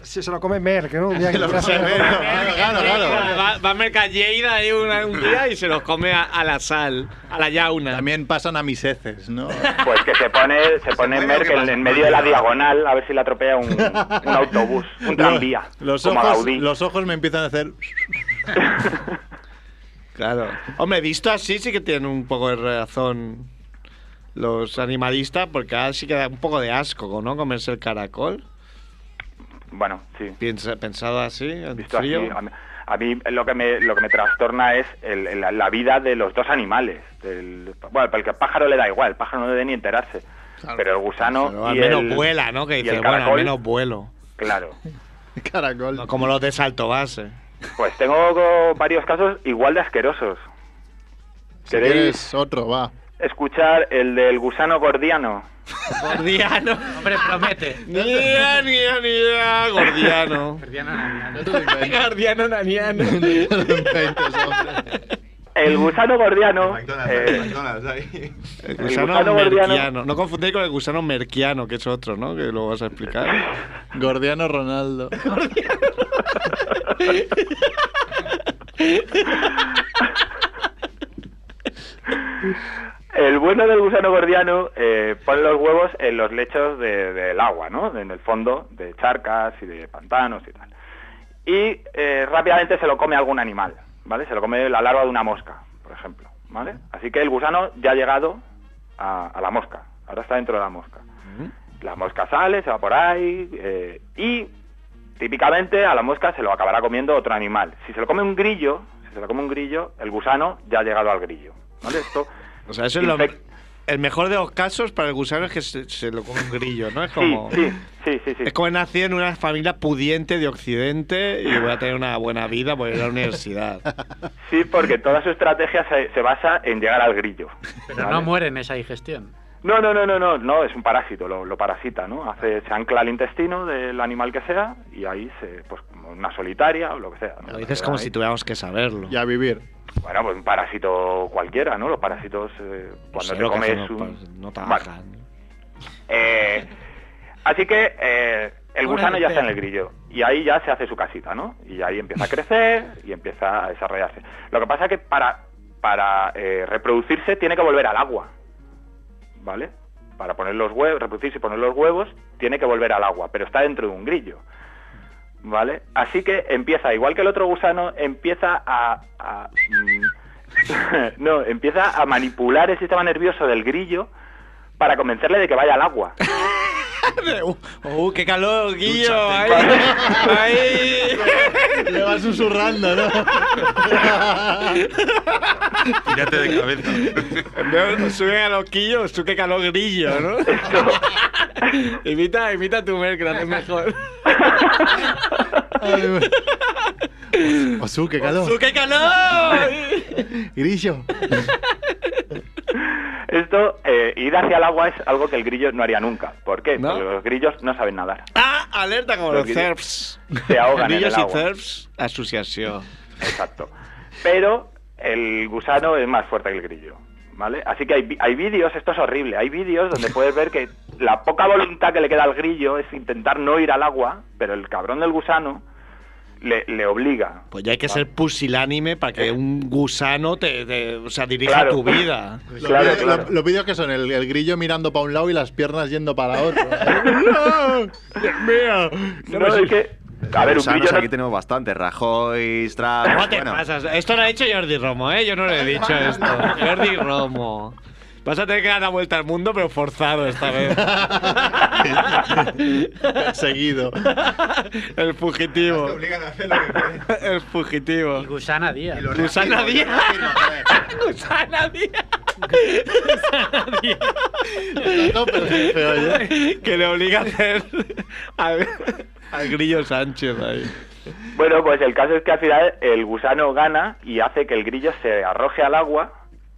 Si se lo come Merck, ¿no? Un día que lo quiera come hacer- Merck. claro, claro. Va, va a Mercalleira ahí una- un día y se los come a, a la sal, a la yauna. También pasan a mis heces, ¿no? Pues que se pone, se pone Merck en, en medio de la diagonal a ver si le atropella un, un autobús, un tranvía. Los como a ojos, Gaudí. los ojos me empiezan a hacer. Claro. Hombre, visto así sí que tienen un poco de razón los animalistas, porque ahora sí que da un poco de asco, ¿no? Comerse el caracol. Bueno, sí. Piensa, pensado así, en Visto así, frío. a mí, a mí lo que me, lo que me trastorna es el- el- la, la vida de los dos animales. del- bueno, porque al pájaro le da igual, el pájaro no debe ni enterarse. pero el gusano Pero al y menos el- vuela, ¿no? y Que el dice, bueno, al caracol, menos vuelo. Claro. Caracol. No como los de salto base. Pues tengo varios casos igual de asquerosos. Si ¿Queréis quieres otro, va. escuchar el del gusano gordiano? Gordiano. Hombre, promete. Ni idea, ni idea, ni idea. Gordiano. Gordiano naniano. El gusano gordiano. eh, El El gusano, gusano gordiano. merquiano. No confundir con el gusano merquiano, que es otro, ¿no? Que lo vas a explicar. Gordiano Ronaldo. El bueno del gusano gordiano eh, pone los huevos en los lechos de- del agua, ¿no? En el fondo de charcas y de pantanos y tal. Y eh, rápidamente se lo come algún animal, ¿vale? Se lo come la larva de una mosca, por ejemplo, ¿vale? Así que el gusano ya ha llegado a, a la mosca, ahora está dentro de la mosca. La mosca sale, se va por ahí eh, y típicamente a la mosca se lo acabará comiendo otro animal. Si se lo come un grillo, si se lo come un grillo, el gusano ya ha llegado al grillo, ¿vale? Esto... O sea, eso es lo, infec- el mejor de los casos para el gusano es que se, se lo come un grillo, ¿no? Es Sí, como. sí, sí, sí, sí. Es como he nacido en una familia pudiente de Occidente y voy a tener una buena vida por ir a la universidad. Sí, porque toda su estrategia se, se basa en llegar al grillo. Pero Vale. no muere en esa digestión. No, no, no, no, no, no, es un parásito, lo, lo parasita, ¿no? Hace, se ancla al intestino del animal que sea y ahí se, pues como una solitaria o lo que sea. ¿no? Lo dices Se como da si ahí. tuviéramos que saberlo. Y a vivir. Bueno, pues un parásito cualquiera, ¿no? Los parásitos eh, cuando Pues sé te lo que comes hacen los un... parásitos, no trabajan. Eh, así que eh, Pobre el gusano ya pez. está en el grillo y ahí ya se hace su casita, ¿no? Y ahí empieza a crecer y empieza a desarrollarse. Lo que pasa es que para, para eh, reproducirse tiene que volver al agua, ¿vale? Para poner los huevos, reproducirse y poner los huevos, tiene que volver al agua, pero está dentro de un grillo. ¿Vale? Así que empieza, igual que el otro gusano, empieza a. a, mm, no, empieza a manipular el sistema nervioso del grillo para convencerle de que vaya al agua. ¡Uh, qué calor, Guillo! Eh, ¡Ahí! Le va susurrando, ¿no? Tírate de cabeza. En vez de subir a los quillos, tú qué calor grillo, ¿no? imita, imita a tu Mer, que la haces mejor. Osu, qué calor. ¡Tú qué calor! Grillo. Esto, eh, ir hacia el agua es algo que el grillo no haría nunca. ¿Por qué? Porque los grillos no saben nadar. ¡Ah! Alerta como los Los grillos cerfs. se ahogan en Grillos el y agua. cerfs, asociación. Exacto. Pero el gusano es más fuerte que el grillo, ¿vale? Así que hay, vi- hay vídeos, esto es horrible, hay vídeos donde puedes ver que la poca voluntad que le queda al grillo es intentar no ir al agua, pero el cabrón del gusano le, le obliga. Pues ya hay que ser pusilánime para que un gusano te, te- o sea, dirija Claro. tu vida. Los vídeos- lo- Los vídeos que son el, el grillo mirando para un lado y las piernas yendo para otro. ¡No! ¡Dios mío! No, es que... A ver, un Gusanos, grillo no- aquí tenemos bastante. Rajoy, Strauss. ¿Cómo te bueno. pasas? Esto lo ha dicho Jordi Romo, ¿eh? Yo no le he dicho esto. Jordi Romo. Vas a tener que dar la vuelta al mundo, pero forzado esta vez. Seguido. El fugitivo. obligan a hacer lo que quieren. El fugitivo. Gusana Díaz. Susana Díaz. Susana Díaz. Susana Díaz. No, pero jefe, oye. Que le obliga a hacer al, al grillo Sánchez ahí. Bueno, pues el caso es que al final el gusano gana y hace que el grillo se arroje al agua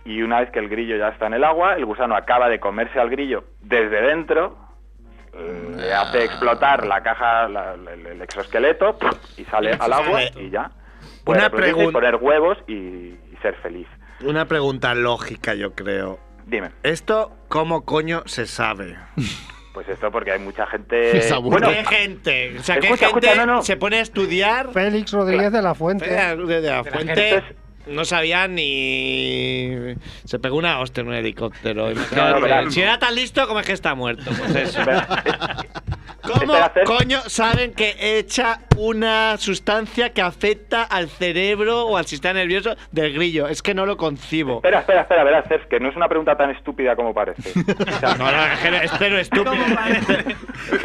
y una vez que el grillo ya está en el agua, el gusano acaba de comerse al grillo desde dentro, eh, le hace explotar la caja, la- la- el, el exoesqueleto y sale al agua y ya. Puede Una reproducirse y pregun- poner huevos y, y ser feliz. Una pregunta lógica, yo creo. Dime. ¿Esto cómo coño se sabe? Pues esto porque hay mucha gente. Es aburrido. bueno, ¿Qué gente? O sea, ¿qué Escucha, gente escucha, no, no. se pone a estudiar? Félix Rodríguez de la Fuente. De la De la fuente. gente. No sabía ni. Se pegó una hostia en un helicóptero. y me No, no, acabo de verás. enterar. si era tan listo, ¿cómo es que está muerto? Pues eso. ¿Cómo Espera, Fer. coño saben que echa una sustancia que afecta al cerebro o al sistema nervioso del grillo? Es que no lo concibo. Espera, espera, espera, verás, Cers, que no es una pregunta tan estúpida como parece. O sea, No, no, es que es pero estúpido.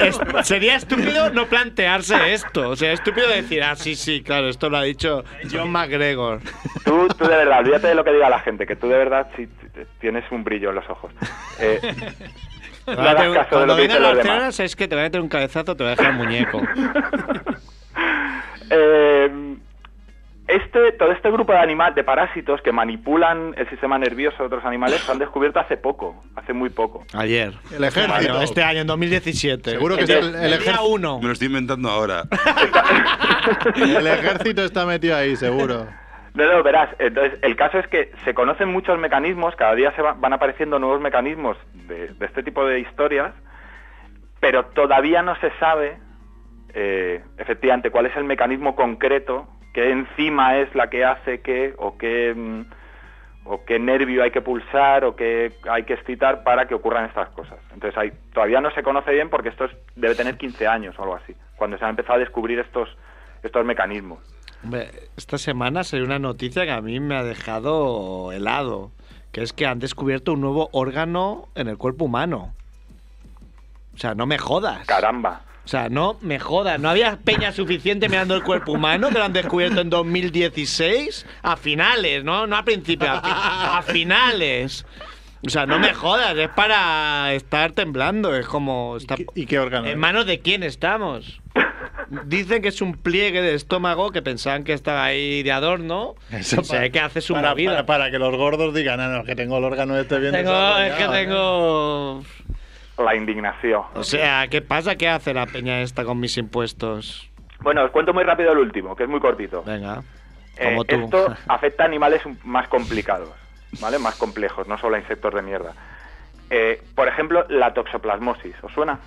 Es- sería estúpido no plantearse esto. O sea, estúpido decir, ah, sí, sí, claro, esto lo ha dicho John McGregor. tú, tú de verdad, olvídate de lo que diga la gente, que tú de verdad sí, t- tienes un brillo en los ojos. Eh, no Ahora hagas te- caso de cuando lo que vengan dicen las los demás. cenas es que te voy a meter un cabezazo, te voy a dejar el muñeco. Eh, este, todo este grupo de animales, de parásitos que manipulan el sistema nervioso de otros animales, se han descubierto hace poco, hace muy poco. Ayer. El ejército. Bueno, este año, en 2017. Seguro que es el- el día ejército. uno. Me lo estoy inventando ahora. El ejército está metido ahí, seguro. No, no, verás, entonces el caso es que se conocen muchos mecanismos, cada día se va- van apareciendo nuevos mecanismos de, de este tipo de historias, pero todavía no se sabe, eh, efectivamente, cuál es el mecanismo concreto, qué enzima es la que hace que, o qué, mm, o qué nervio hay que pulsar, o qué hay que excitar para que ocurran estas cosas. Entonces hay, todavía no se conoce bien porque esto es- debe tener 15 años o algo así, cuando se han empezado a descubrir estos, estos mecanismos. Hombre, esta semana salió una noticia que a mí me ha dejado helado, que es que han descubierto un nuevo órgano en el cuerpo humano. O sea, no me jodas. Caramba. O sea, no me jodas. ¿No había peña suficiente mirando el cuerpo humano que lo han descubierto en 2016? A finales, ¿no? No a principios, a, fi- a finales. O sea, no me jodas, es para estar temblando. Es como. está- ¿Y qué órgano? ¿En manos de quién estamos? Dicen que es un pliegue de estómago que pensaban que estaba ahí de adorno. Eso se para- ve que haces una para, vida. Para, para que los gordos digan, ah, no, que tengo el órgano este bien Tengo, es que desarrollado". tengo. La indignación. O sea, ¿qué pasa? ¿Qué hace la peña esta con mis impuestos? Bueno, os cuento muy rápido el último, que es muy cortito. Venga. Eh, Como tú. Esto afecta a animales un- más complicados, ¿vale? Más complejos, no solo a insectos de mierda. Eh, por ejemplo, la toxoplasmosis, ¿os suena?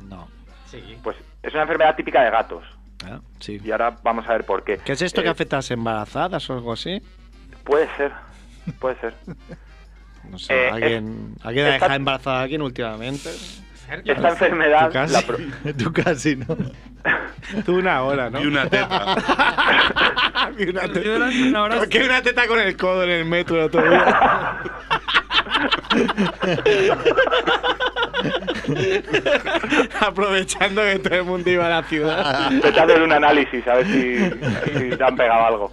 No. Sí. Pues es una enfermedad típica de gatos. Ah, sí. Y ahora vamos a ver por qué. ¿Qué es esto Eh, que afecta a las embarazadas o algo así? Puede ser, puede ser. No Eh, sé, es- ¿alguien, ¿alguien ha esta- dejado embarazada a alguien últimamente? Esta enfermedad... Tú casi, tú casi ¿no? Tú una hora, ¿no? Y una teta. Vi una teta. ¿Por qué una teta con el codo en el metro el otro día? Aprovechando que todo el mundo iba a la ciudad. Vete a eh, hacer un análisis, a ver si, si te han pegado algo.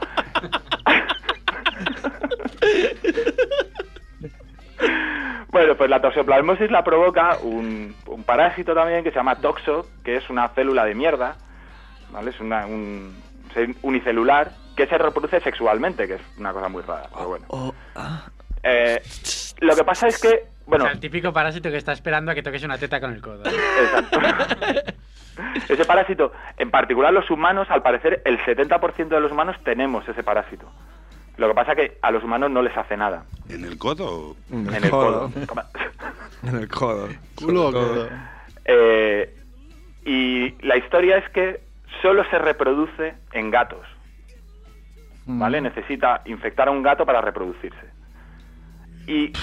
Bueno, pues la toxoplasmosis la provoca un, un parásito también que se llama toxo, que es una célula de mierda, ¿vale? Es una, un ser unicelular que se reproduce sexualmente, que es una cosa muy rara, pero bueno. Oh, Eh, lo que pasa es que, bueno, O sea, el típico parásito que está esperando a que toques una teta con el codo. Ese parásito, en particular los humanos, al parecer el 70% de los humanos tenemos ese parásito. Lo que pasa que a los humanos no les hace nada. ¿En el codo? En el codo. En el codo. Culo o Sobre todo. codo. Eh, y la historia es que solo se reproduce en gatos. ¿Vale? Necesita infectar a un gato para reproducirse. Y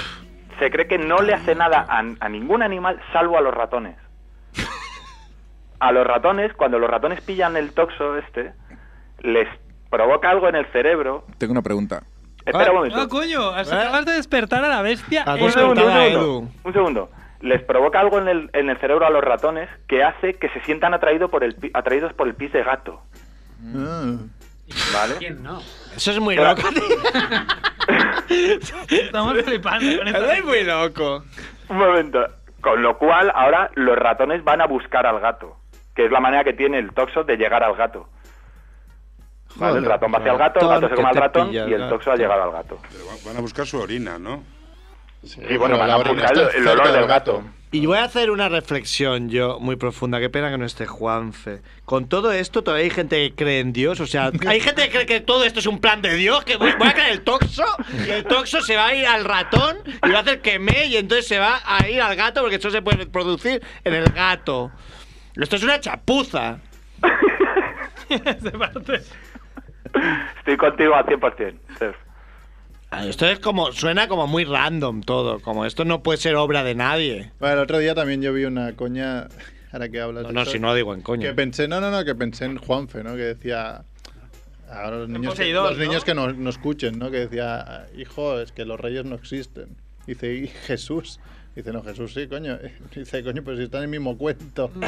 se cree que no le hace nada a, a ningún animal salvo a los ratones. A los ratones, cuando los ratones pillan el toxo este, les provoca algo en el cerebro. Tengo una pregunta. Espera un momento. No, coño, has- ¿Eh? acabas de despertar a la bestia. Un segundo, un segundo. Un segundo. Les provoca algo en el, en el cerebro a los ratones que hace que se sientan atraído por el, pi- atraídos por el pis de gato. Ah. ¿Vale? ¿Quién no? Eso es muy Claro. loco, tío. Estamos flipando con esto. Eso es muy loco. Un momento. Con lo cual, ahora los ratones van a buscar al gato, que es la manera que tiene el toxo de llegar al gato. ¿Vale? Joder, el ratón va hacia el gato, el ratón gato se come que al te ratón pilla el y el gato. toxo ha llegado al gato. Pero va- van a buscar su orina, ¿no? Y bueno, van a buscar el, el olor del gato. Y voy a hacer una reflexión yo muy profunda. Qué pena que no esté Juanfe. Con todo esto, todavía hay gente que cree en Dios. O sea, hay gente que cree que todo esto es un plan de Dios. Que voy, voy a crear el toxo. Y el toxo se va a ir al ratón y va a hacer que me. Y entonces se va a ir al gato porque eso se puede producir en el gato. Esto es una chapuza. Estoy contigo al 100%. Sef. Ah, Esto es como, suena como muy random todo, como esto no puede ser obra de nadie. Bueno, el otro día también yo vi una coña, ahora que hablas de No, no, eso, si no lo digo en coña. Que pensé, no, no, no, que pensé en Juanfe, ¿no? Que decía... Ahora los niños, que, Poseidón, los ¿no? niños que no, no escuchen, ¿no? Que decía, hijo, es que los reyes no existen. Dice, ¿y Jesús? Dice, no, Jesús sí, coño. Dice, coño, pero si está en el mismo cuento.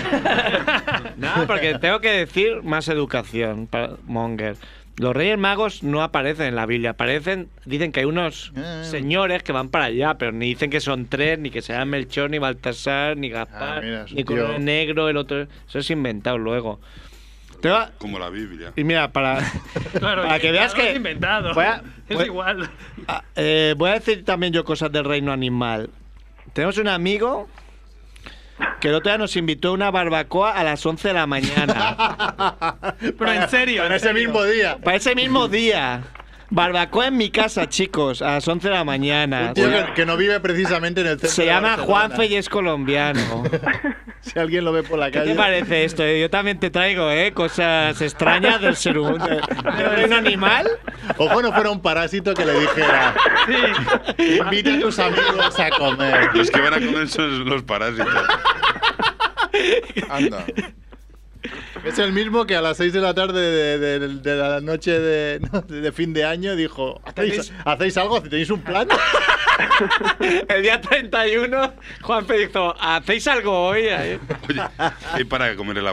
No, porque tengo que decir más educación, pa- Monger. Los Reyes Magos no aparecen en la Biblia, aparecen, dicen que hay unos señores que van para allá, pero ni dicen que son tres, ni que sean Melchor, ni Baltasar, ni Gaspar, mira, es un ni tío. color negro, el otro. Eso es inventado luego. Te va- Como la Biblia. Y mira, para, Claro, para que veas que. inventado. voy a- es voy- igual. Eh, voy a decir también yo cosas del reino animal. Tenemos un amigo que el otro día nos invitó a una barbacoa a las 11 de la mañana. Pero en serio. en ese serio. mismo día. Para ese mismo día. Barbacoa en mi casa, chicos, a las 11 de la mañana. Un tío que, que no vive precisamente en el centro Se de llama Barcelona. Juanfe y es colombiano. Si alguien lo ve por la ¿Qué calle... te parece esto? eh? Yo también te traigo, ¿eh? Cosas extrañas del ser humano. Eh, ¿Del reino animal? Ojo, no fuera un parásito que le dijera... Invita a tus amigos a comer. Los que van a comer son los parásitos. Anda. Es el mismo que a las 6 de la tarde de, de- de la noche de, no, de fin de año dijo: ¿Hacéis, ¿hacéis algo? ¿Tenéis un plan? El día 31, Juanfe dijo, ¿hacéis algo hoy? eh? Y para comer la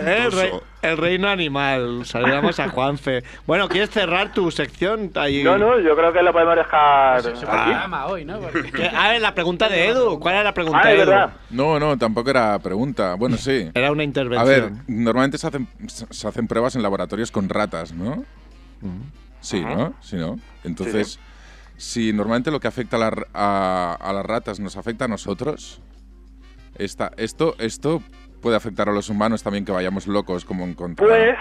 Eh, El, entonces, rei- el reino animal. Saludamos a Juanfe. Bueno, ¿quieres cerrar tu sección? Ahí? No, no, yo creo que lo podemos dejar aquí. Programa hoy, ¿no? Porque- ¿Qué- A ver, la pregunta de Edu. ¿Cuál era la pregunta Ah, de es Edu? verdad. No, no, tampoco era pregunta. Bueno, sí. Era una A intervención. ver, normalmente se hacen, se hacen pruebas en laboratorios con ratas, ¿no? Sí, Ajá. ¿no? Sí, ¿no? Entonces, si normalmente lo que afecta a, la r- a- a las ratas nos afecta a nosotros, esta, esto, esto puede afectar a los humanos también que vayamos locos como en contra. Pues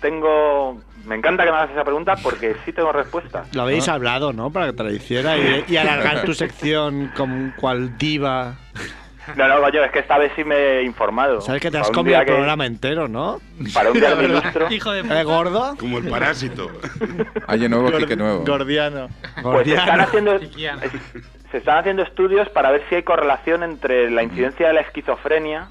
tengo. Me encanta que me hagas esa pregunta porque sí tengo respuesta. Lo habéis hablado, ¿no? Para que te la hiciera y, y alargar tu sección con cual diva. No, no, coño, es que esta vez sí me he informado. Sabes que te Para has un comido día el que- programa entero, ¿no? Para un día que ilustro, Hijo de ¿Eh, gordo? Como el parásito. Ah, Hay nuevo, que nuevo. Gordiano. pues se están, haciendo, Chiquiano. se están haciendo estudios para ver si hay correlación entre la incidencia de la esquizofrenia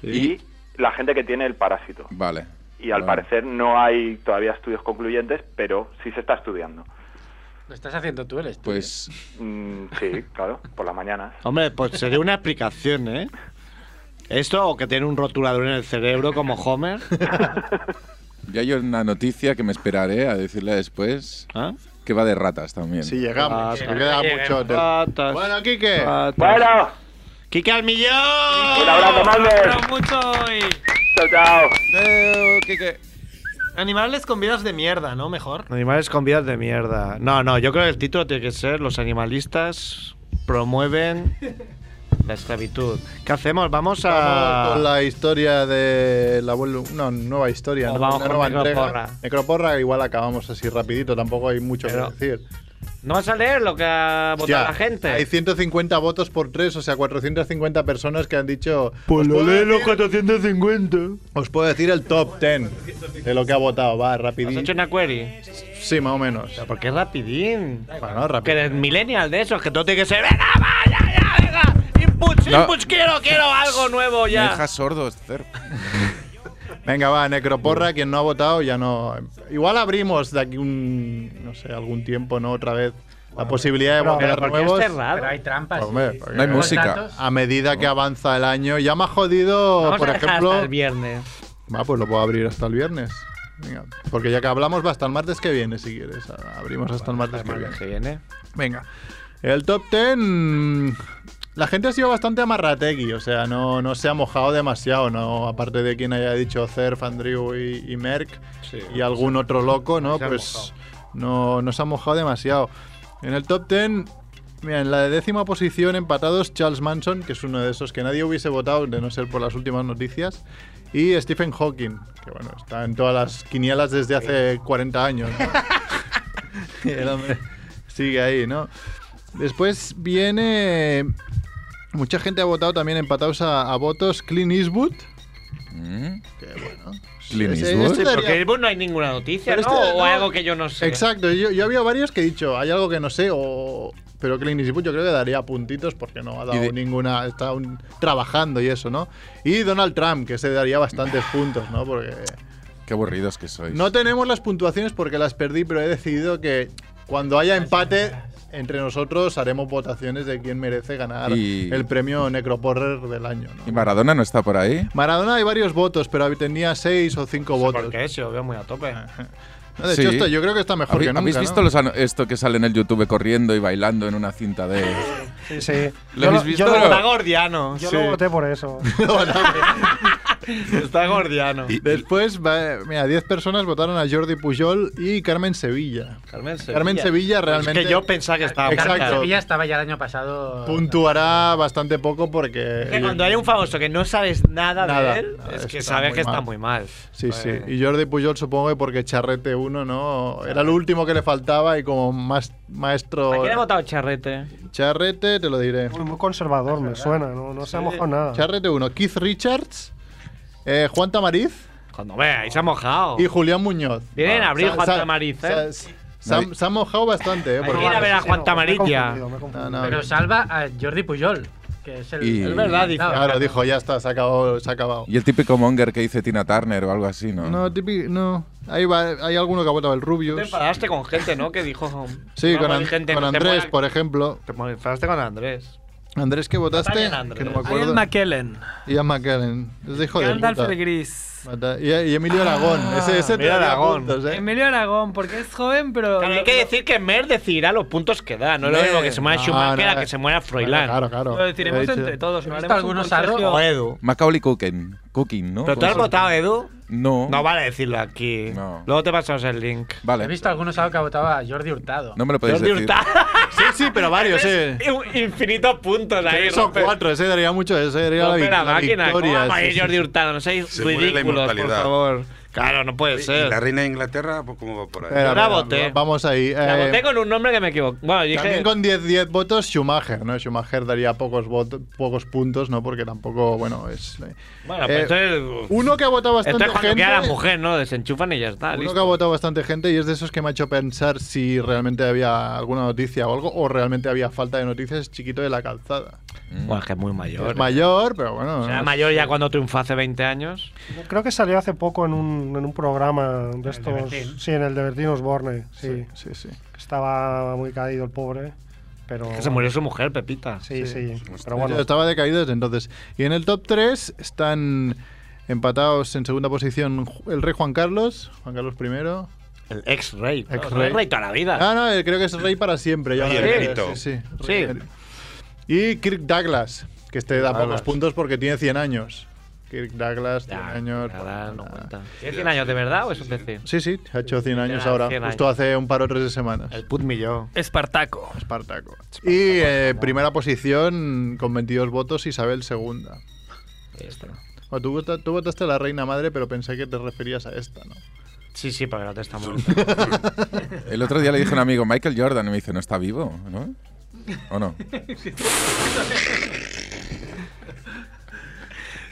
y la gente que tiene el parásito. Vale. Y Ah. al Vale. parecer no hay todavía estudios concluyentes, pero sí se está estudiando. Lo estás haciendo tú, el estudio. Pues Mm, sí, claro, por las mañanas. Hombre, pues sería una explicación, ¿eh? Esto o que tiene un rotulador en el cerebro como Homer. ya hay una noticia que me esperaré a decirle después, que va de ratas también. Si llegamos, Ah, nos queda lleguemos. mucho hotel. Patas, Bueno, Quique, patas. Bueno, ¡Quique al millón! un abrazo, Mander. Pero mucho hoy. Chao, chao. Adeu, Quique. Animales con vidas de mierda, ¿no? Mejor. Animales con vidas de mierda. No, no, yo creo que el título tiene que ser Los animalistas promueven la esclavitud. ¿Qué hacemos? Vamos Vamos con a... la historia del abuelo. Una nueva historia, O ¿no? vamos Una con nueva Necroporra. entrega. Necroporra, igual acabamos así rapidito, tampoco hay mucho Pero- que decir. ¿No vas a leer lo que ha votado Ya, la gente? Hay 150 votos por 3, o sea, 450 personas que han dicho. Pues "Os lo puedo leen los decir- 450. Os puedo decir el top 10 de lo que ha votado. Va, ¿Has rapidito. hecho una query? Sí, más o menos. ¿Pero ¿Por qué rapidín? Bueno, Que rápido. eres millennial de esos, que todo tiene que ser... ¡Venga, vaya, ya, venga! ¡Inputs, No. inputs! ¡Quiero, quiero algo nuevo Me ya! dejas sordo, este Cer. Venga, va, Necroporra, quien no ha votado ya no. Igual abrimos de aquí un. No sé, algún tiempo, ¿no? Otra vez. La posibilidad de Pero, votar ¿por qué es nuevos. Pero hay cerrado? trampas. Hombre, porque No hay Los música. datos- A medida que avanza el año, ya me ha jodido, Vamos por a dejar ejemplo. hasta el viernes. Va, pues lo puedo abrir hasta el viernes. Venga, porque ya que hablamos, va hasta el martes que viene, si quieres. A- Abrimos hasta el martes que viene. Que viene. Venga. El top 10. mm, La gente ha sido bastante amarrategui, o sea, no, no se ha mojado demasiado, ¿no? Aparte de quien haya dicho Cerf, Andrew y, y Merck y algún otro loco, ¿no? se han Pues no, no se ha mojado demasiado. En el top 10 Mira, en la décima posición empatados Charles Manson, que es uno de esos que nadie hubiese votado de no ser por las últimas noticias, y Stephen Hawking, que bueno, está en todas las quinielas desde hace 40 años. ¿no? El hombre sigue ahí, ¿no? Después viene... Mucha gente ha votado también empatados a, a votos Clint Eastwood. Que bueno. Clint Ese- Eastwood. este Sí, porque daría- Eastwood no hay ninguna noticia, Pero ¿no? este- o no. hay algo que yo no sé. Exacto, yo, yo había varios que he dicho, hay algo que no sé, o... pero Clint Eastwood yo creo que daría puntitos porque no ha dado de- ninguna, está aún trabajando y eso, ¿no? Y Donald Trump, que se daría bastantes puntos, ¿no? Porque Qué aburridos que sois. no tenemos las puntuaciones porque las perdí, pero he decidido que cuando haya empate entre nosotros haremos votaciones de quién merece ganar Y- el premio Necroporrer del año, ¿no? ¿Y Maradona no está por ahí? Maradona hay varios votos, pero tenía seis o cinco votos. Porque eso, veo muy a tope. No, de hecho, Sí. esto yo creo que está mejor ¿Habéis, que nunca. ¿habéis ¿no? visto los ano- esto que sale en el YouTube corriendo y bailando en una cinta de.? Sí, sí. ¿Lo habéis visto? Yo, Está lo, gordiano. yo sí. lo voté por eso. Está gordiano. Después, va- mira, 10 personas votaron a Jordi Pujol y Carmen Sevilla. Carmen Sevilla. Carmen Sevilla realmente Es que yo pensaba que estaba Exacto. muerta. Sevilla estaba ya el año pasado. puntuará bastante poco Es que porque... cuando hay un famoso que no sabes nada, Nada, de él, nada, es que está sabes muy que está mal. muy mal. Sí, sí. Eh. Y Jordi Pujol supongo que porque Charrete 1, ¿no? Era el último que le faltaba y como más maestro... ¿A quién ha votado Charrete? Charrete, te lo diré. Muy, muy conservador, me suena, no, no se ha mojado nada. Charrete 1. Keith Richards, eh, Juan Tamariz Cuando ve, ahí se ha mojado. y Julián Muñoz. Viene en abril Ah, Sa- Juan sa- Tamariz, ¿eh? sa- Se han, se han mojado bastante, ¿eh? Hay por que ir a lo ver a menos. Juan Tamarilla. Confundido, me he confundido. No, no, Pero salva a Jordi Puyol, que es el. Y- el Es verdad, invitado. Claro, dijo, ya está, se ha acabado. Se ha acabado. Y el típico monger que dice Tina Turner o algo así, ¿no? No, tipi- no. Ahí va- hay alguno que ha votado el Te Rubius. enfadaste con gente, ¿no? Que dijo. Sí, no, con, hay An- gente, con no te Andrés, mola- por ejemplo. Te enfadaste con Andrés. Andrés, ¿qué votaste? También Andrés. Que no me acuerdo. Ian McKellen. Ian McKellen. Es hijo de Gandalf puta. el Gris. Mata- Y, y Emilio Aragón. ese ese te Ah, Emilio daría Aragón. puntos, ¿eh? Emilio Aragón, porque es joven, pero. Claro, hay lo- que decir que Mer decidirá los puntos que da. No es lo Mer. mismo que se muera No, Schumacher no. a que se muera Froilán. Claro, claro. lo deciremos Lo he dicho. entre todos. ¿no? He visto Haremos un algunos contagio. arro- O Edu. Macaulay Culkin, Cooking, ¿no? ¿Pero tú has votado, Edu? Pues No. No vale decirlo aquí. No. Luego te pasamos el link. Vale. He visto algunos algo que votaba a Jordi Hurtado. No me lo podéis Jordi decir. Hurtado. Sí, sí, pero varios, eh. Infinitos puntos ahí. Son rompe- cuatro, ese daría mucho, ese daría la, rompe vi- la la máquina. ¿Cómo victoria. va a ir sí, sí. Jordi Hurtado? No seáis Se muere la ridículos, por inmortalidad. favor. Claro, no puede ¿Y la ser. reina de Inglaterra? pues, ¿Cómo va por ahí? Espera, Yo la espera, voté. Vamos ahí. La eh, voté con un nombre que me equivoco. Bueno, dije. También con 10-10 votos Schumacher, ¿no? Schumacher daría pocos votos, pocos puntos, ¿no? Porque tampoco, bueno, es... eh, Bueno, pues eh, entonces. Uno que ha votado Esto bastante es cuando gente... queda la mujer, ¿no? Desenchufan y ya está. Uno Ah, listo. que ha votado bastante gente y es de esos que me ha hecho pensar si realmente había alguna noticia o algo, o realmente había falta de noticias, es chiquito de la calzada. Bueno, es que es muy mayor. Es mayor, pero bueno. Será no- mayor ya cuando triunfó hace 20 años. Creo que salió hace poco en un, en un programa de estos. Bertín. Sí, en el de Bertín Osborne. Sí, Sí, sí. que Estaba muy caído el pobre. Pero. Que se murió su mujer, Pepita. Sí, sí. Yo Pero bueno. Estaba decaído desde entonces. Y en el top 3 están empatados en segunda posición Ju- el rey Juan Carlos, Juan Carlos I. El ex rey. Ex No, rey. El rey toda la vida. Ah, no, eh, creo que es rey para siempre. ya Rey me acuerdo. emérito. Sí, sí. Sí. Rey emérito. Y Kirk Douglas, que este da Douglas. pocos puntos porque tiene 100 años. Kirk Douglas, 100 Ya, años. ya, bueno, no nada. cuenta. ¿Tiene 100 años de verdad o es un decir? Sí, sí, ha hecho 100 años ya, ahora, 100 justo años. hace un par o tres de semanas. El put millón. Espartaco. Espartaco. Y eh, primera posición con 22 votos Isabel II. O tú, vota- tú votaste a la reina madre, pero pensé que te referías a esta, ¿no? Sí, sí, porque la testa muy. El otro día le dije a un amigo, Michael Jordan, y me dice, no está vivo, ¿no? ¿O no?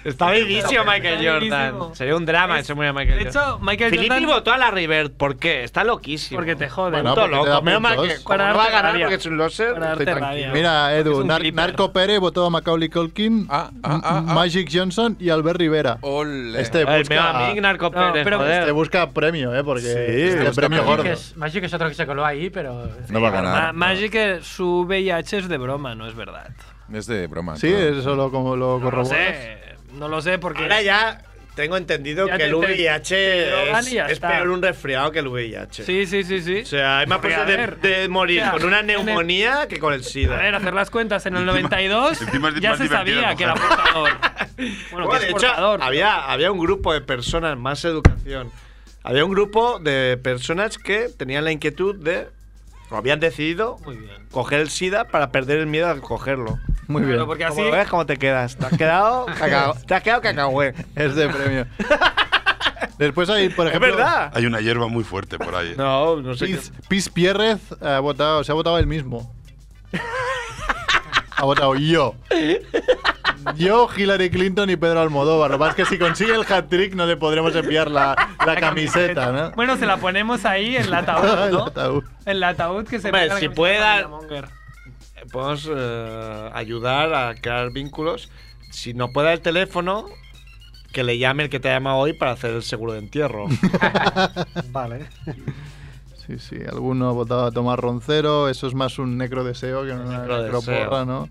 Está vivísimo Michael Está vivísimo. Jordan. Sería un drama Es- ese muere Michael De Jordan. hecho, Michael Filippi Jordan. votó a la River. ¿Por qué? Está loquísimo. Porque te jode. Bueno, Puto porque te da loco. Menos mal puntos. que. Como Para no va a darte ganar rabia. porque es un loser. Para estoy darte tranquilo. rabia. Mira, Porque es Edu, un Nar- clipper. Narco Pérez votó a Macaulay Culkin, Ah, ah, ah, ah. Magic Johnson y Albert Rivera. ¡Ole! Este El meo busca, amigo Narco No, Pérez, pero joder. este busca premio, ¿eh? Porque Sí, este busca premio premio. gordo. Magic es, Magic es otro que se coló ahí, pero. No va a Ma- ganar. Magic, eh, su VIH es de broma, no es verdad. Es de broma. Sí, todo. eso lo, como lo No lo corroboras. sé. No lo sé porque. Eh. Ahora ya tengo entendido Ya que te- el te- VIH te drogan es, y ya es está. peor un resfriado que el VIH. Sí, sí, sí, sí. O sea, hay más Porque, a posibilidades ver, de, de morir o sea, con una en el- neumonía que con el SIDA. A ver, hacer las cuentas en el Encima- 92 encima es ya más se divertido, sabía que era mujer. portador. Bueno, Bueno, que de es hecho, portador. había, había un grupo de personas, más educación. Había un grupo de personas que tenían la inquietud de O habían decidido coger el SIDA para perder el miedo a cogerlo. Muy bien. Claro, porque porque así... así- ves cómo te quedas? Te has quedado cacao. eh? Te has quedado cacahué. Es de premio. Después hay, por Es ejemplo. verdad. Hay una hierba muy fuerte por ahí. ¿eh? No, no Piz, Piz Pierrez ha votado, se ha votado él mismo. ha votado yo. Yo, Hillary Clinton y Pedro Almodóvar. Lo más que si consigue el hat-trick no le podremos enviar la, la camiseta, ¿no? Bueno, se la ponemos ahí en el ataúd, El ¿no? ataúd. En el ataúd que se Hombre, ponga la si camiseta puede de dar- María Monger. Podemos eh, ayudar a crear vínculos. Si nos puede dar el teléfono, que le llame el que te llama hoy para hacer el seguro de entierro. Vale. Sí, sí. Alguno ha votado a Tomás Roncero. Eso es más un necrodeseo que una necrodeseo. necroporra, ¿no?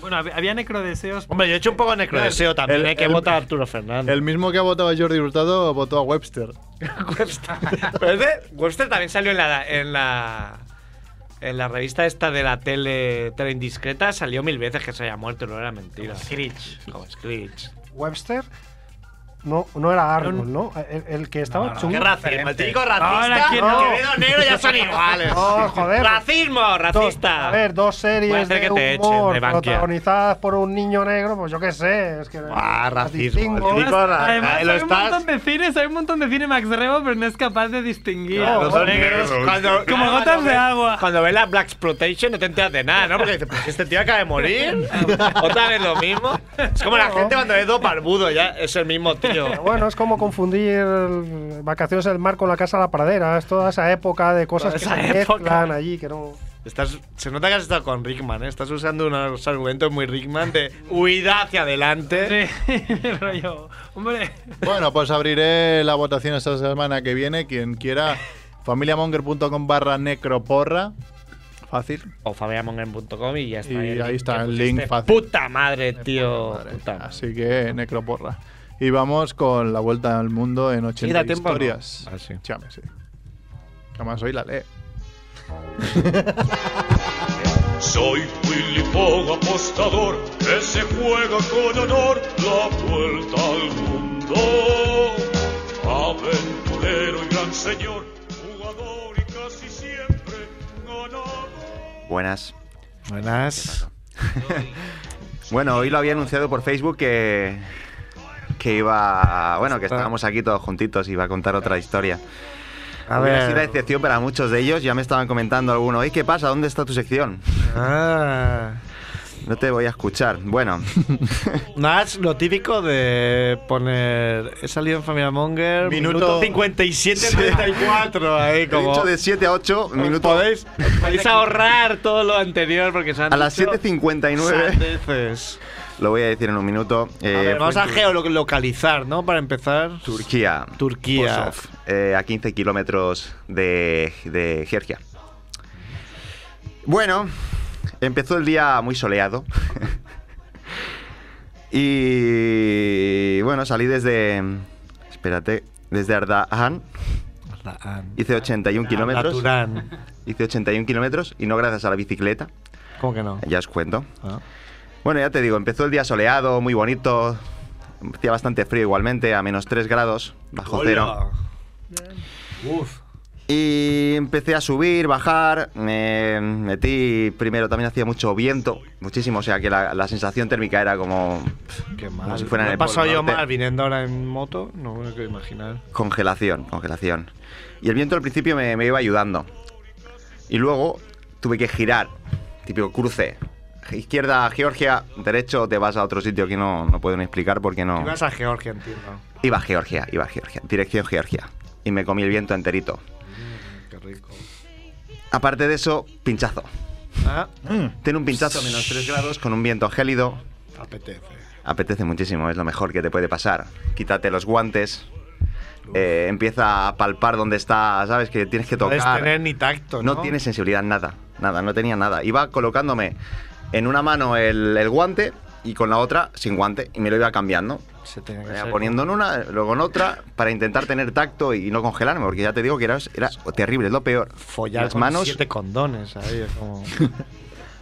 Bueno, hab- había necrodeseos. Hombre, yo he hecho un poco de necrodeseo también. El- hay que el- votar a Arturo Fernández. El mismo que ha votado a Jordi Hurtado votó a Webster. Pero ese- Pues, eh, Webster también salió en la, en la en la revista esta de la tele, tele indiscreta. Salió mil veces que se había muerto, no era mentira. Screech. Como Screech. Webster no, no era Arnold, ¿no? El, el que estaba chungo. Qué racismo, el típico racista. Ahora, ¿quién no? Quevedo negro ya son iguales. No, joder. Racismo, racista. A ver, dos Puede series ser de que te echen humor de Bankia. protagonizadas por un niño negro, pues yo qué sé. Es que Ah, racismo. distingo. el típico ra- Además, lo hay un estás- montón de cines, hay un montón de cine Max Rebo, pero no es capaz de distinguir. Claro, los negros, cuando- Como cuando gotas de ves- agua. Cuando ves la Black Exploitation no te enteras de nada, ¿no? Porque dices, pues este tío acaba de morir. Otra vez lo mismo. Es como la gente cuando ve Doparbudo, ya es el mismo tío. Pero Bueno, es como confundir el- vacaciones del mar con la casa de la pradera. Es toda esa época de cosas Toda que esa se época. mezclan allí, que no. Estás, se nota que has estado con Rickman, ¿eh? Estás usando unos argumentos muy Rickman de huida hacia adelante. Sí, rollo. Hombre. Bueno, pues abriré la votación esta semana que viene. Quien quiera, familiamonger.com barra necroporra. Fácil. O fabiamongen.com y ya está. Y el ahí link está que el link pusiste. fácil. Puta madre, tío. Puta madre. Así que necroporra. Y vamos con la vuelta al mundo en 80 da tiempo o no? historias. Ah, sí. Chame, sí. Que Además hoy la lee. Soy Willy Fogg, apostador, que se juega con honor la vuelta al mundo. Aventurero y gran señor, jugador y casi siempre ganador. Buenas. Buenas. bueno, hoy lo había anunciado por Facebook que, que iba. Bueno, que estábamos aquí todos juntitos y iba a contar otra historia. A Hubiera ver. sido la excepción para muchos de ellos. Ya me estaban comentando alguno. Oye, ¿qué pasa? ¿Dónde está tu sección? Ah. No te voy a escuchar. Bueno, No, es lo típico de poner. He salido en Familia Monger. Minuto- 57-34. Ahí, he como. dicho de 7 a 8 minutos. Podéis, podéis ahorrar todo lo anterior porque se han A las dicho 7.59. sandeces. Lo voy a decir en un minuto. A Eh, ver, vamos fue a en geolocalizar, ¿no? Para empezar. Turquía. Turquía. Kosov, eh, a 15 kilómetros de, de Georgia. Bueno, empezó el día muy soleado. y bueno, salí desde. Espérate, desde Ardahan. ah, Hice 81 kilómetros. Naturán. Hice 81 kilómetros y no gracias a la bicicleta. ¿Cómo que no? Ya os cuento. Ah. Bueno, ya te digo, empezó el día soleado, muy bonito. Hacía bastante frío igualmente, a menos 3 grados, bajo cero. Uf. Y empecé a subir, bajar, me metí, primero también hacía mucho viento, muchísimo, o sea que la, la sensación térmica era como Qué mal. Como si fuera en ¿Lo he el Polo pasado yo Norte. mal viniendo ahora en moto? No me lo quiero imaginar. congelación, congelación. Y el viento al principio me, me iba ayudando. Y luego tuve que girar, típico cruce. Izquierda, Georgia, derecho, te vas a otro sitio que no, no puedo ni explicar porque no... Ibas a Georgia, entiendo. Iba a Georgia, iba a Georgia, dirección Georgia. Y me comí el viento enterito. Qué rico. Aparte de eso, pinchazo. Ah, Tiene Mm. un pinchazo a menos 3 grados con un viento gélido. apetece. Apetece muchísimo, es lo mejor que te puede pasar. Quítate los guantes. eh, empieza a palpar dónde está, sabes que tienes que No debes tocar. tener ni tacto, ¿no? No tiene sensibilidad nada, nada, no tenía nada. Iba colocándome en una mano el, el guante y con la otra sin guante y me lo iba cambiando. Se tenía que Me iba ser poniendo en una, luego en otra, para intentar tener tacto y no congelarme, porque ya te digo que era, era terrible, es lo peor. follar las con manos, siete condones ahí. Es como...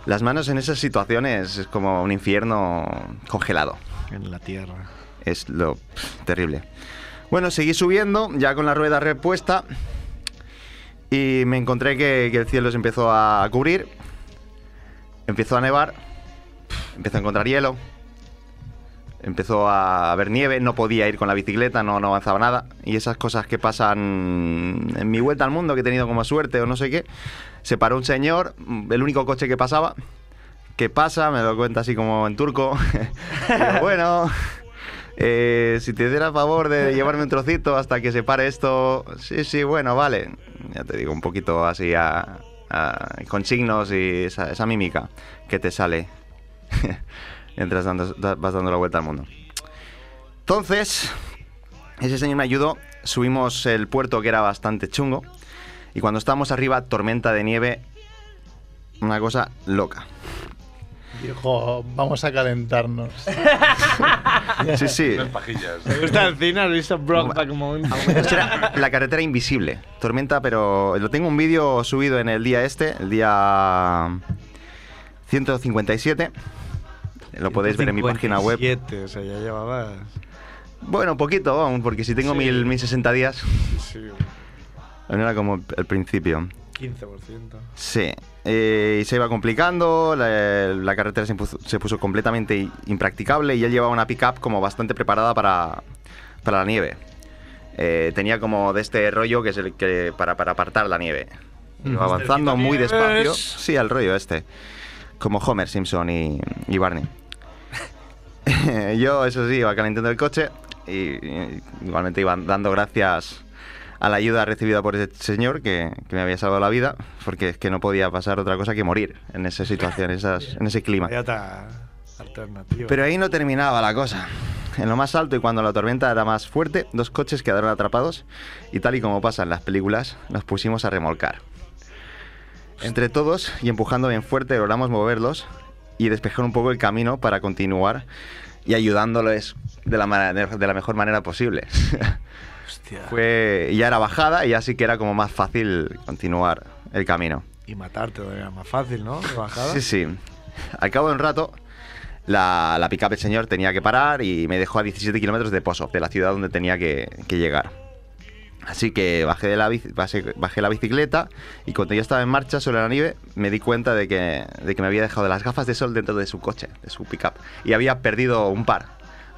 las manos en esas situaciones es como un infierno congelado. en la tierra. Es lo pff, terrible. Bueno, seguí subiendo, ya con la rueda repuesta. Y me encontré que, que el cielo se empezó a cubrir, empezó a nevar, empezó a encontrar hielo, empezó a haber nieve, no podía ir con la bicicleta, no, no avanzaba nada. Y esas cosas que pasan en mi vuelta al mundo, que he tenido como suerte o no sé qué, se paró un señor, el único coche que pasaba, que pasa, me lo cuenta así como en turco. Digo, bueno, eh, si te diera favor de llevarme un trocito hasta que se pare esto, sí, sí, bueno, vale. Ya te digo, un poquito así a- a- con signos y esa, esa mímica que te sale mientras dando- da- vas dando la vuelta al mundo. Entonces, ese señor me ayudó, subimos el puerto que era bastante chungo y cuando estábamos arriba, tormenta de nieve, una cosa loca. Dijo, vamos a calentarnos. Sí, sí. Unas pajillas. Me gusta el cine, has visto Brockback Mountain. Entonces era la carretera invisible. Tormenta, pero lo tengo un vídeo subido en el día este, el día 157. Lo podéis ver en mi página web. 57, O sea, ya llevabas. Bueno, poquito aún, porque si tengo Sí. mil, 1060 días, Sí, no era como el principio. 15%. Sí. eh, y se iba complicando, la, la carretera se puso, se puso completamente i- impracticable y él llevaba una pickup como bastante preparada para, para la nieve. Eh, tenía como de este rollo que es el que para, para apartar la nieve. Iba Ujú. avanzando muy despacio. Nieves. Sí, al rollo este. Como Homer Simpson y, y Barney. Yo, eso sí, iba calentando el coche y, y igualmente iba dando gracias a la ayuda recibida por ese señor que, que me había salvado la vida, porque es que no podía pasar otra cosa que morir en esa situación, en esas- en ese clima. Ya está. Alternativa. Pero ahí no terminaba la cosa. En lo más alto y cuando la tormenta era más fuerte, dos coches quedaron atrapados y tal y como pasa en las películas, nos pusimos a remolcar. Entre todos y empujando bien fuerte logramos moverlos y despejar un poco el camino para continuar y ayudándoles de la, ma- de la mejor manera posible. Fue, y ya era bajada y así que era como más fácil continuar el camino. Y matarte todavía es más fácil, ¿no? De bajada. Sí, sí. Al cabo de un rato, la, la pick-up del señor tenía que parar y me dejó a 17 kilómetros de Pozo, de la ciudad donde tenía que, que llegar. Así que bajé, de la, bici- base- bajé la bicicleta y cuando ya estaba en marcha sobre la nieve me di cuenta de que, de que me había dejado las gafas de sol dentro de su coche, de su pickup. Y había perdido un par.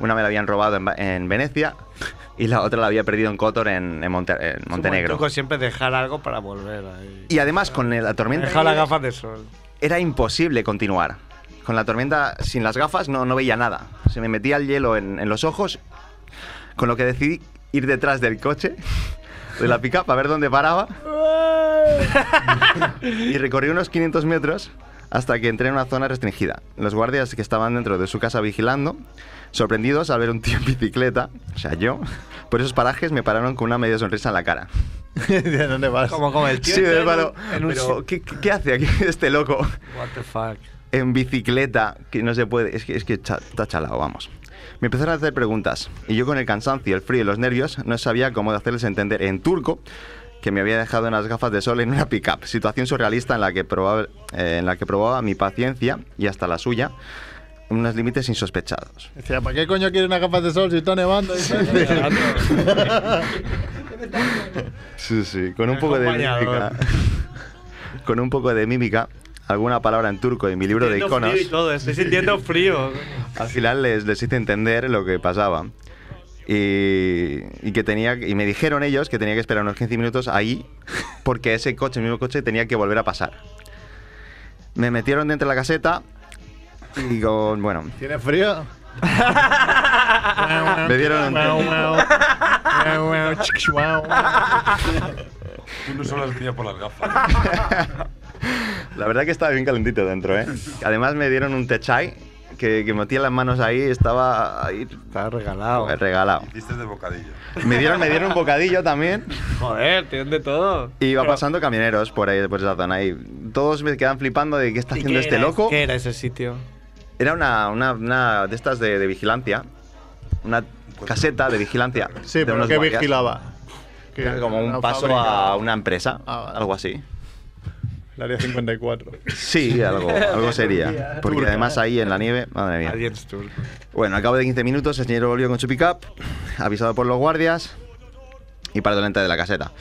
Una me la habían robado en, Va- en Venecia y la otra la había perdido en Cotor en, en Monte- en Montenegro. truco siempre dejar algo para volver ahí. Y además con la tormenta... Dejar las gafas de sol. era imposible continuar. Con la tormenta, sin las gafas, no, no veía nada. Se me metía el hielo en, en los ojos, con lo que decidí ir detrás del coche, de la pica, para ver dónde paraba. Y recorrí unos 500 metros hasta que entré en una zona restringida. Los guardias que estaban dentro de su casa vigilando, sorprendidos al ver un tío en bicicleta, o sea, yo, por esos parajes me pararon con una media sonrisa en la cara. ¿De dónde vas? Como, como el tío. Sí, entra de en palo. un- en un Pero, ¿qué, qué- qué hace aquí este loco? What the fuck. en bicicleta, que no se puede, es que, es que cha- está chalado, vamos. Me empezaron a hacer preguntas y yo con el cansancio, el frío y los nervios no sabía cómo hacerles entender en turco que me había dejado unas gafas de sol en una pickup, situación surrealista en la que probaba, en la que probaba mi paciencia y hasta la suya, unos límites insospechados. Decía, ¿para qué coño quiere una capa de sol si está nevando? Sí, sí, con un poco de Acompañador. mímica. con un poco de mímica, alguna palabra en turco en mi libro de Sintiendo iconos. frío y todo, estoy sintiendo frío. Al final les, les hice entender lo que pasaba. Y, y que tenía y me dijeron ellos que tenía que esperar unos 15 minutos ahí porque ese coche, el mismo coche, tenía que volver a pasar. Me metieron dentro de la caseta y con, bueno, ¿Tiene frío? me dieron Uno solo las pilla por las gafas. La verdad que estaba bien calentito dentro, ¿eh? Además me dieron un techai que, que metía las manos ahí y estaba ahí Está regalado. regalado. Hiciste de bocadillo. Me dieron, me dieron un bocadillo también. Joder, tienen de todo. Y iba pasando camioneros por ahí, por esa zona. Y todos me quedan flipando de qué está haciendo este loco. ¿Qué era ese sitio? Era una, una, una de estas de, de vigilancia. Una caseta de vigilancia. Sí, de pero unos ¿qué guardias. vigilaba? Que Era como un una paso fábrica. Ah, a una empresa, algo así. El área 54. Sí, algo, algo sería. Porque además ahí en la nieve, madre mía. Aliens Turk. Bueno, al cabo de 15 minutos el señor volvió con su pickup, avisado por los guardias y para delante de la caseta.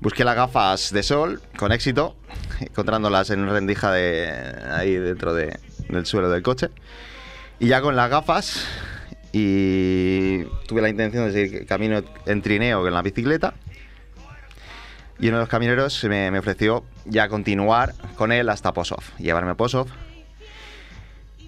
Busqué las gafas de sol con éxito, encontrándolas en una rendija de ahí dentro de- del suelo del coche. Y ya con las gafas y tuve la intención de seguir camino en trineo que en la bicicleta. Y uno de los camioneros me, me ofreció ya continuar con él hasta Posov, llevarme a Posov.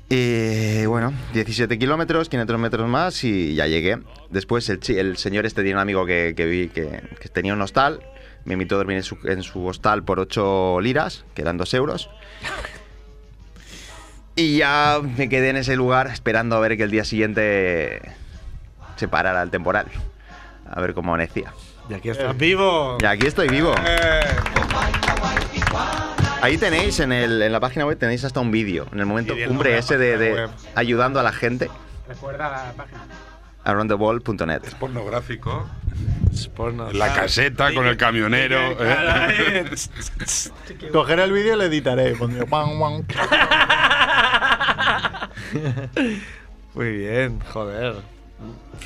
Y bueno, 17 kilómetros, 500 metros más y ya llegué. Después el, chi- el señor este tiene un amigo que, que vi que, que tenía un hostal. Me invitó a dormir en su, en su hostal por 8 liras, que eran 2 euros. Y ya me quedé en ese lugar esperando a ver que el día siguiente se parara el temporal. A ver cómo amanecía. Y aquí estás vivo. Y aquí estoy vivo. Eh. Ahí tenéis en, el- en la página web tenéis hasta un vídeo en el momento Sí, del nombre cumbre de la ese de, página de web. ayudando a la gente Recuerda la página. aroundtheball.net. Pornográfico. Porno. Ah. La caseta con el camionero. ¿eh? eh. Cogeré el vídeo y lo editaré. pues, Pondré guan, guan. Muy bien, joder.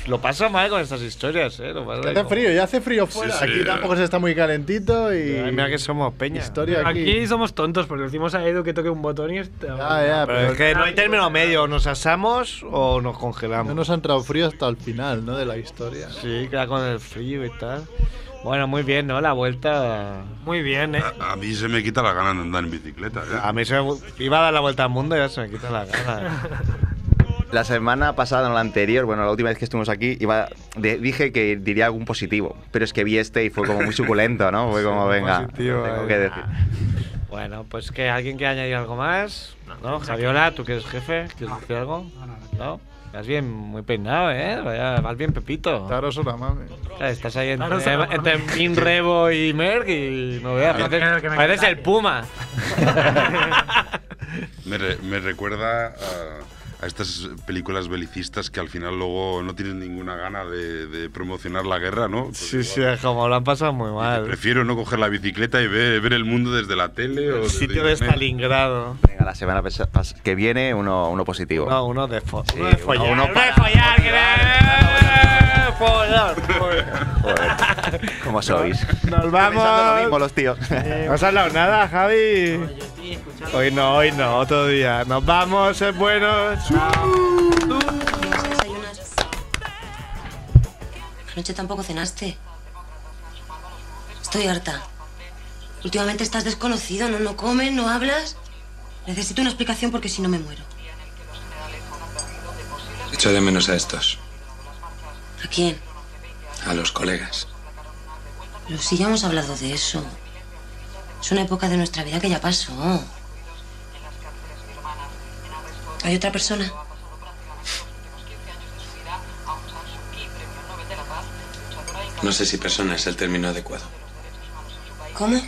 Lo pasa mal con estas historias, ¿eh? Lo pasa Hace como- frío, ya hace frío fuera. Sí, sí. Aquí tampoco se está muy calentito y. Ay, mira que somos peña. Historia aquí. somos tontos porque decimos a Edu que toque un botón y está. ya, Pero es que no hay término medio, o nos asamos o nos congelamos. No nos ha entrado frío hasta el final, ¿no? De la historia. Sí, claro, con el frío y tal. Bueno, muy bien, ¿no? La vuelta. Muy bien, ¿eh? A, a mí se me quita la gana de andar en bicicleta. ¿eh? A mí se me iba a dar la vuelta al mundo y ya se me quita la gana. La semana pasada, no la anterior, bueno, la última vez que estuvimos aquí, iba, de- dije que diría algún positivo, pero es que vi este y fue como muy suculento, ¿no? Fue como, venga, positivo, tengo eh. que decir. Bueno, pues que alguien quiera añadir algo más. ¿No? Javiola, tú que eres jefe, ¿quieres decir algo? No. Estás bien, muy peinado, ¿eh? Vaya, vas bien, Pepito. Claro, sola, mami. Claro, Estás ahí entre, Claro, entre, Min Rebo y Merck y no veas. Yo pareces- creo que me pareces el Puma. Me, re- me recuerda a, a estas películas belicistas que al final luego no tienen ninguna gana de, de promocionar la guerra, ¿no? Pues Sí, sí, como lo han pasado muy mal. Prefiero no coger la bicicleta y ver, ver el mundo desde la tele o El desde sitio de internet. Stalingrado. Venga, la semana pesa- pas- que viene uno, uno positivo. No, uno de, fo uno Sí, de follar. uno- uno de follar, que le- follar, follar. ¿Cómo sois? Nos Pensando lo vamos. Eh, mismo los tíos. No has hablado nada, Javi. Hoy no, hoy no, otro día. Nos vamos, es bueno. Anoche tampoco cenaste. Estoy harta. Últimamente estás desconocido, no, no comes, no hablas. Necesito una explicación porque si no me muero. Echo de menos a estos, ¿A quién? a los colegas. Pero si ya hemos hablado de eso. Es una época de nuestra vida que ya pasó. ¿Hay otra persona? No sé si persona es el término adecuado. ¿Cómo?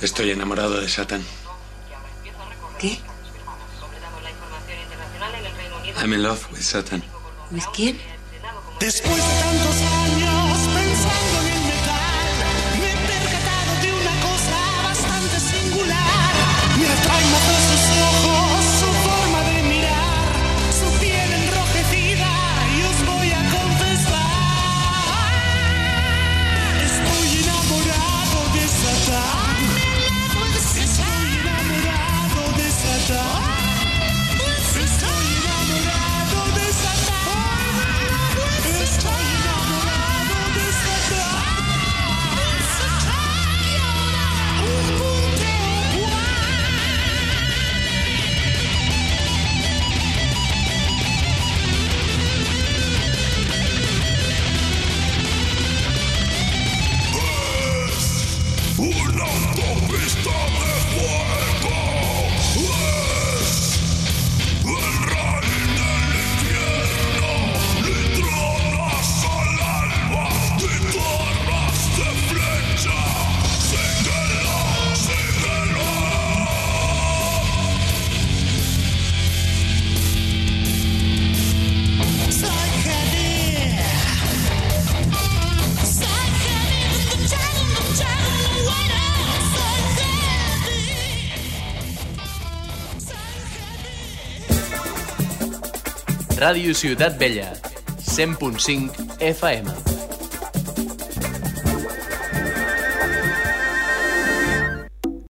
Estoy enamorado de Satan. ¿Qué? I'm in love with Satan. ¿With quién? Después de tantos años pensando en el metal, me he percatado de una cosa bastante singular. Me atrae más de sus ojos, su forma de mirar, su piel enrojecida, y os voy a confesar. Estoy enamorado de Satán. Estoy enamorado de Satán. Estoy enamorado de Satán. Estoy enamorado de Satán. Y ahora un punteo Una autopista de fuego es el rey del infierno. Le tronas al alma y tornas de flecha. Síguelo, síguelo. Ràdio Ciutat Vella, 100.5 FM.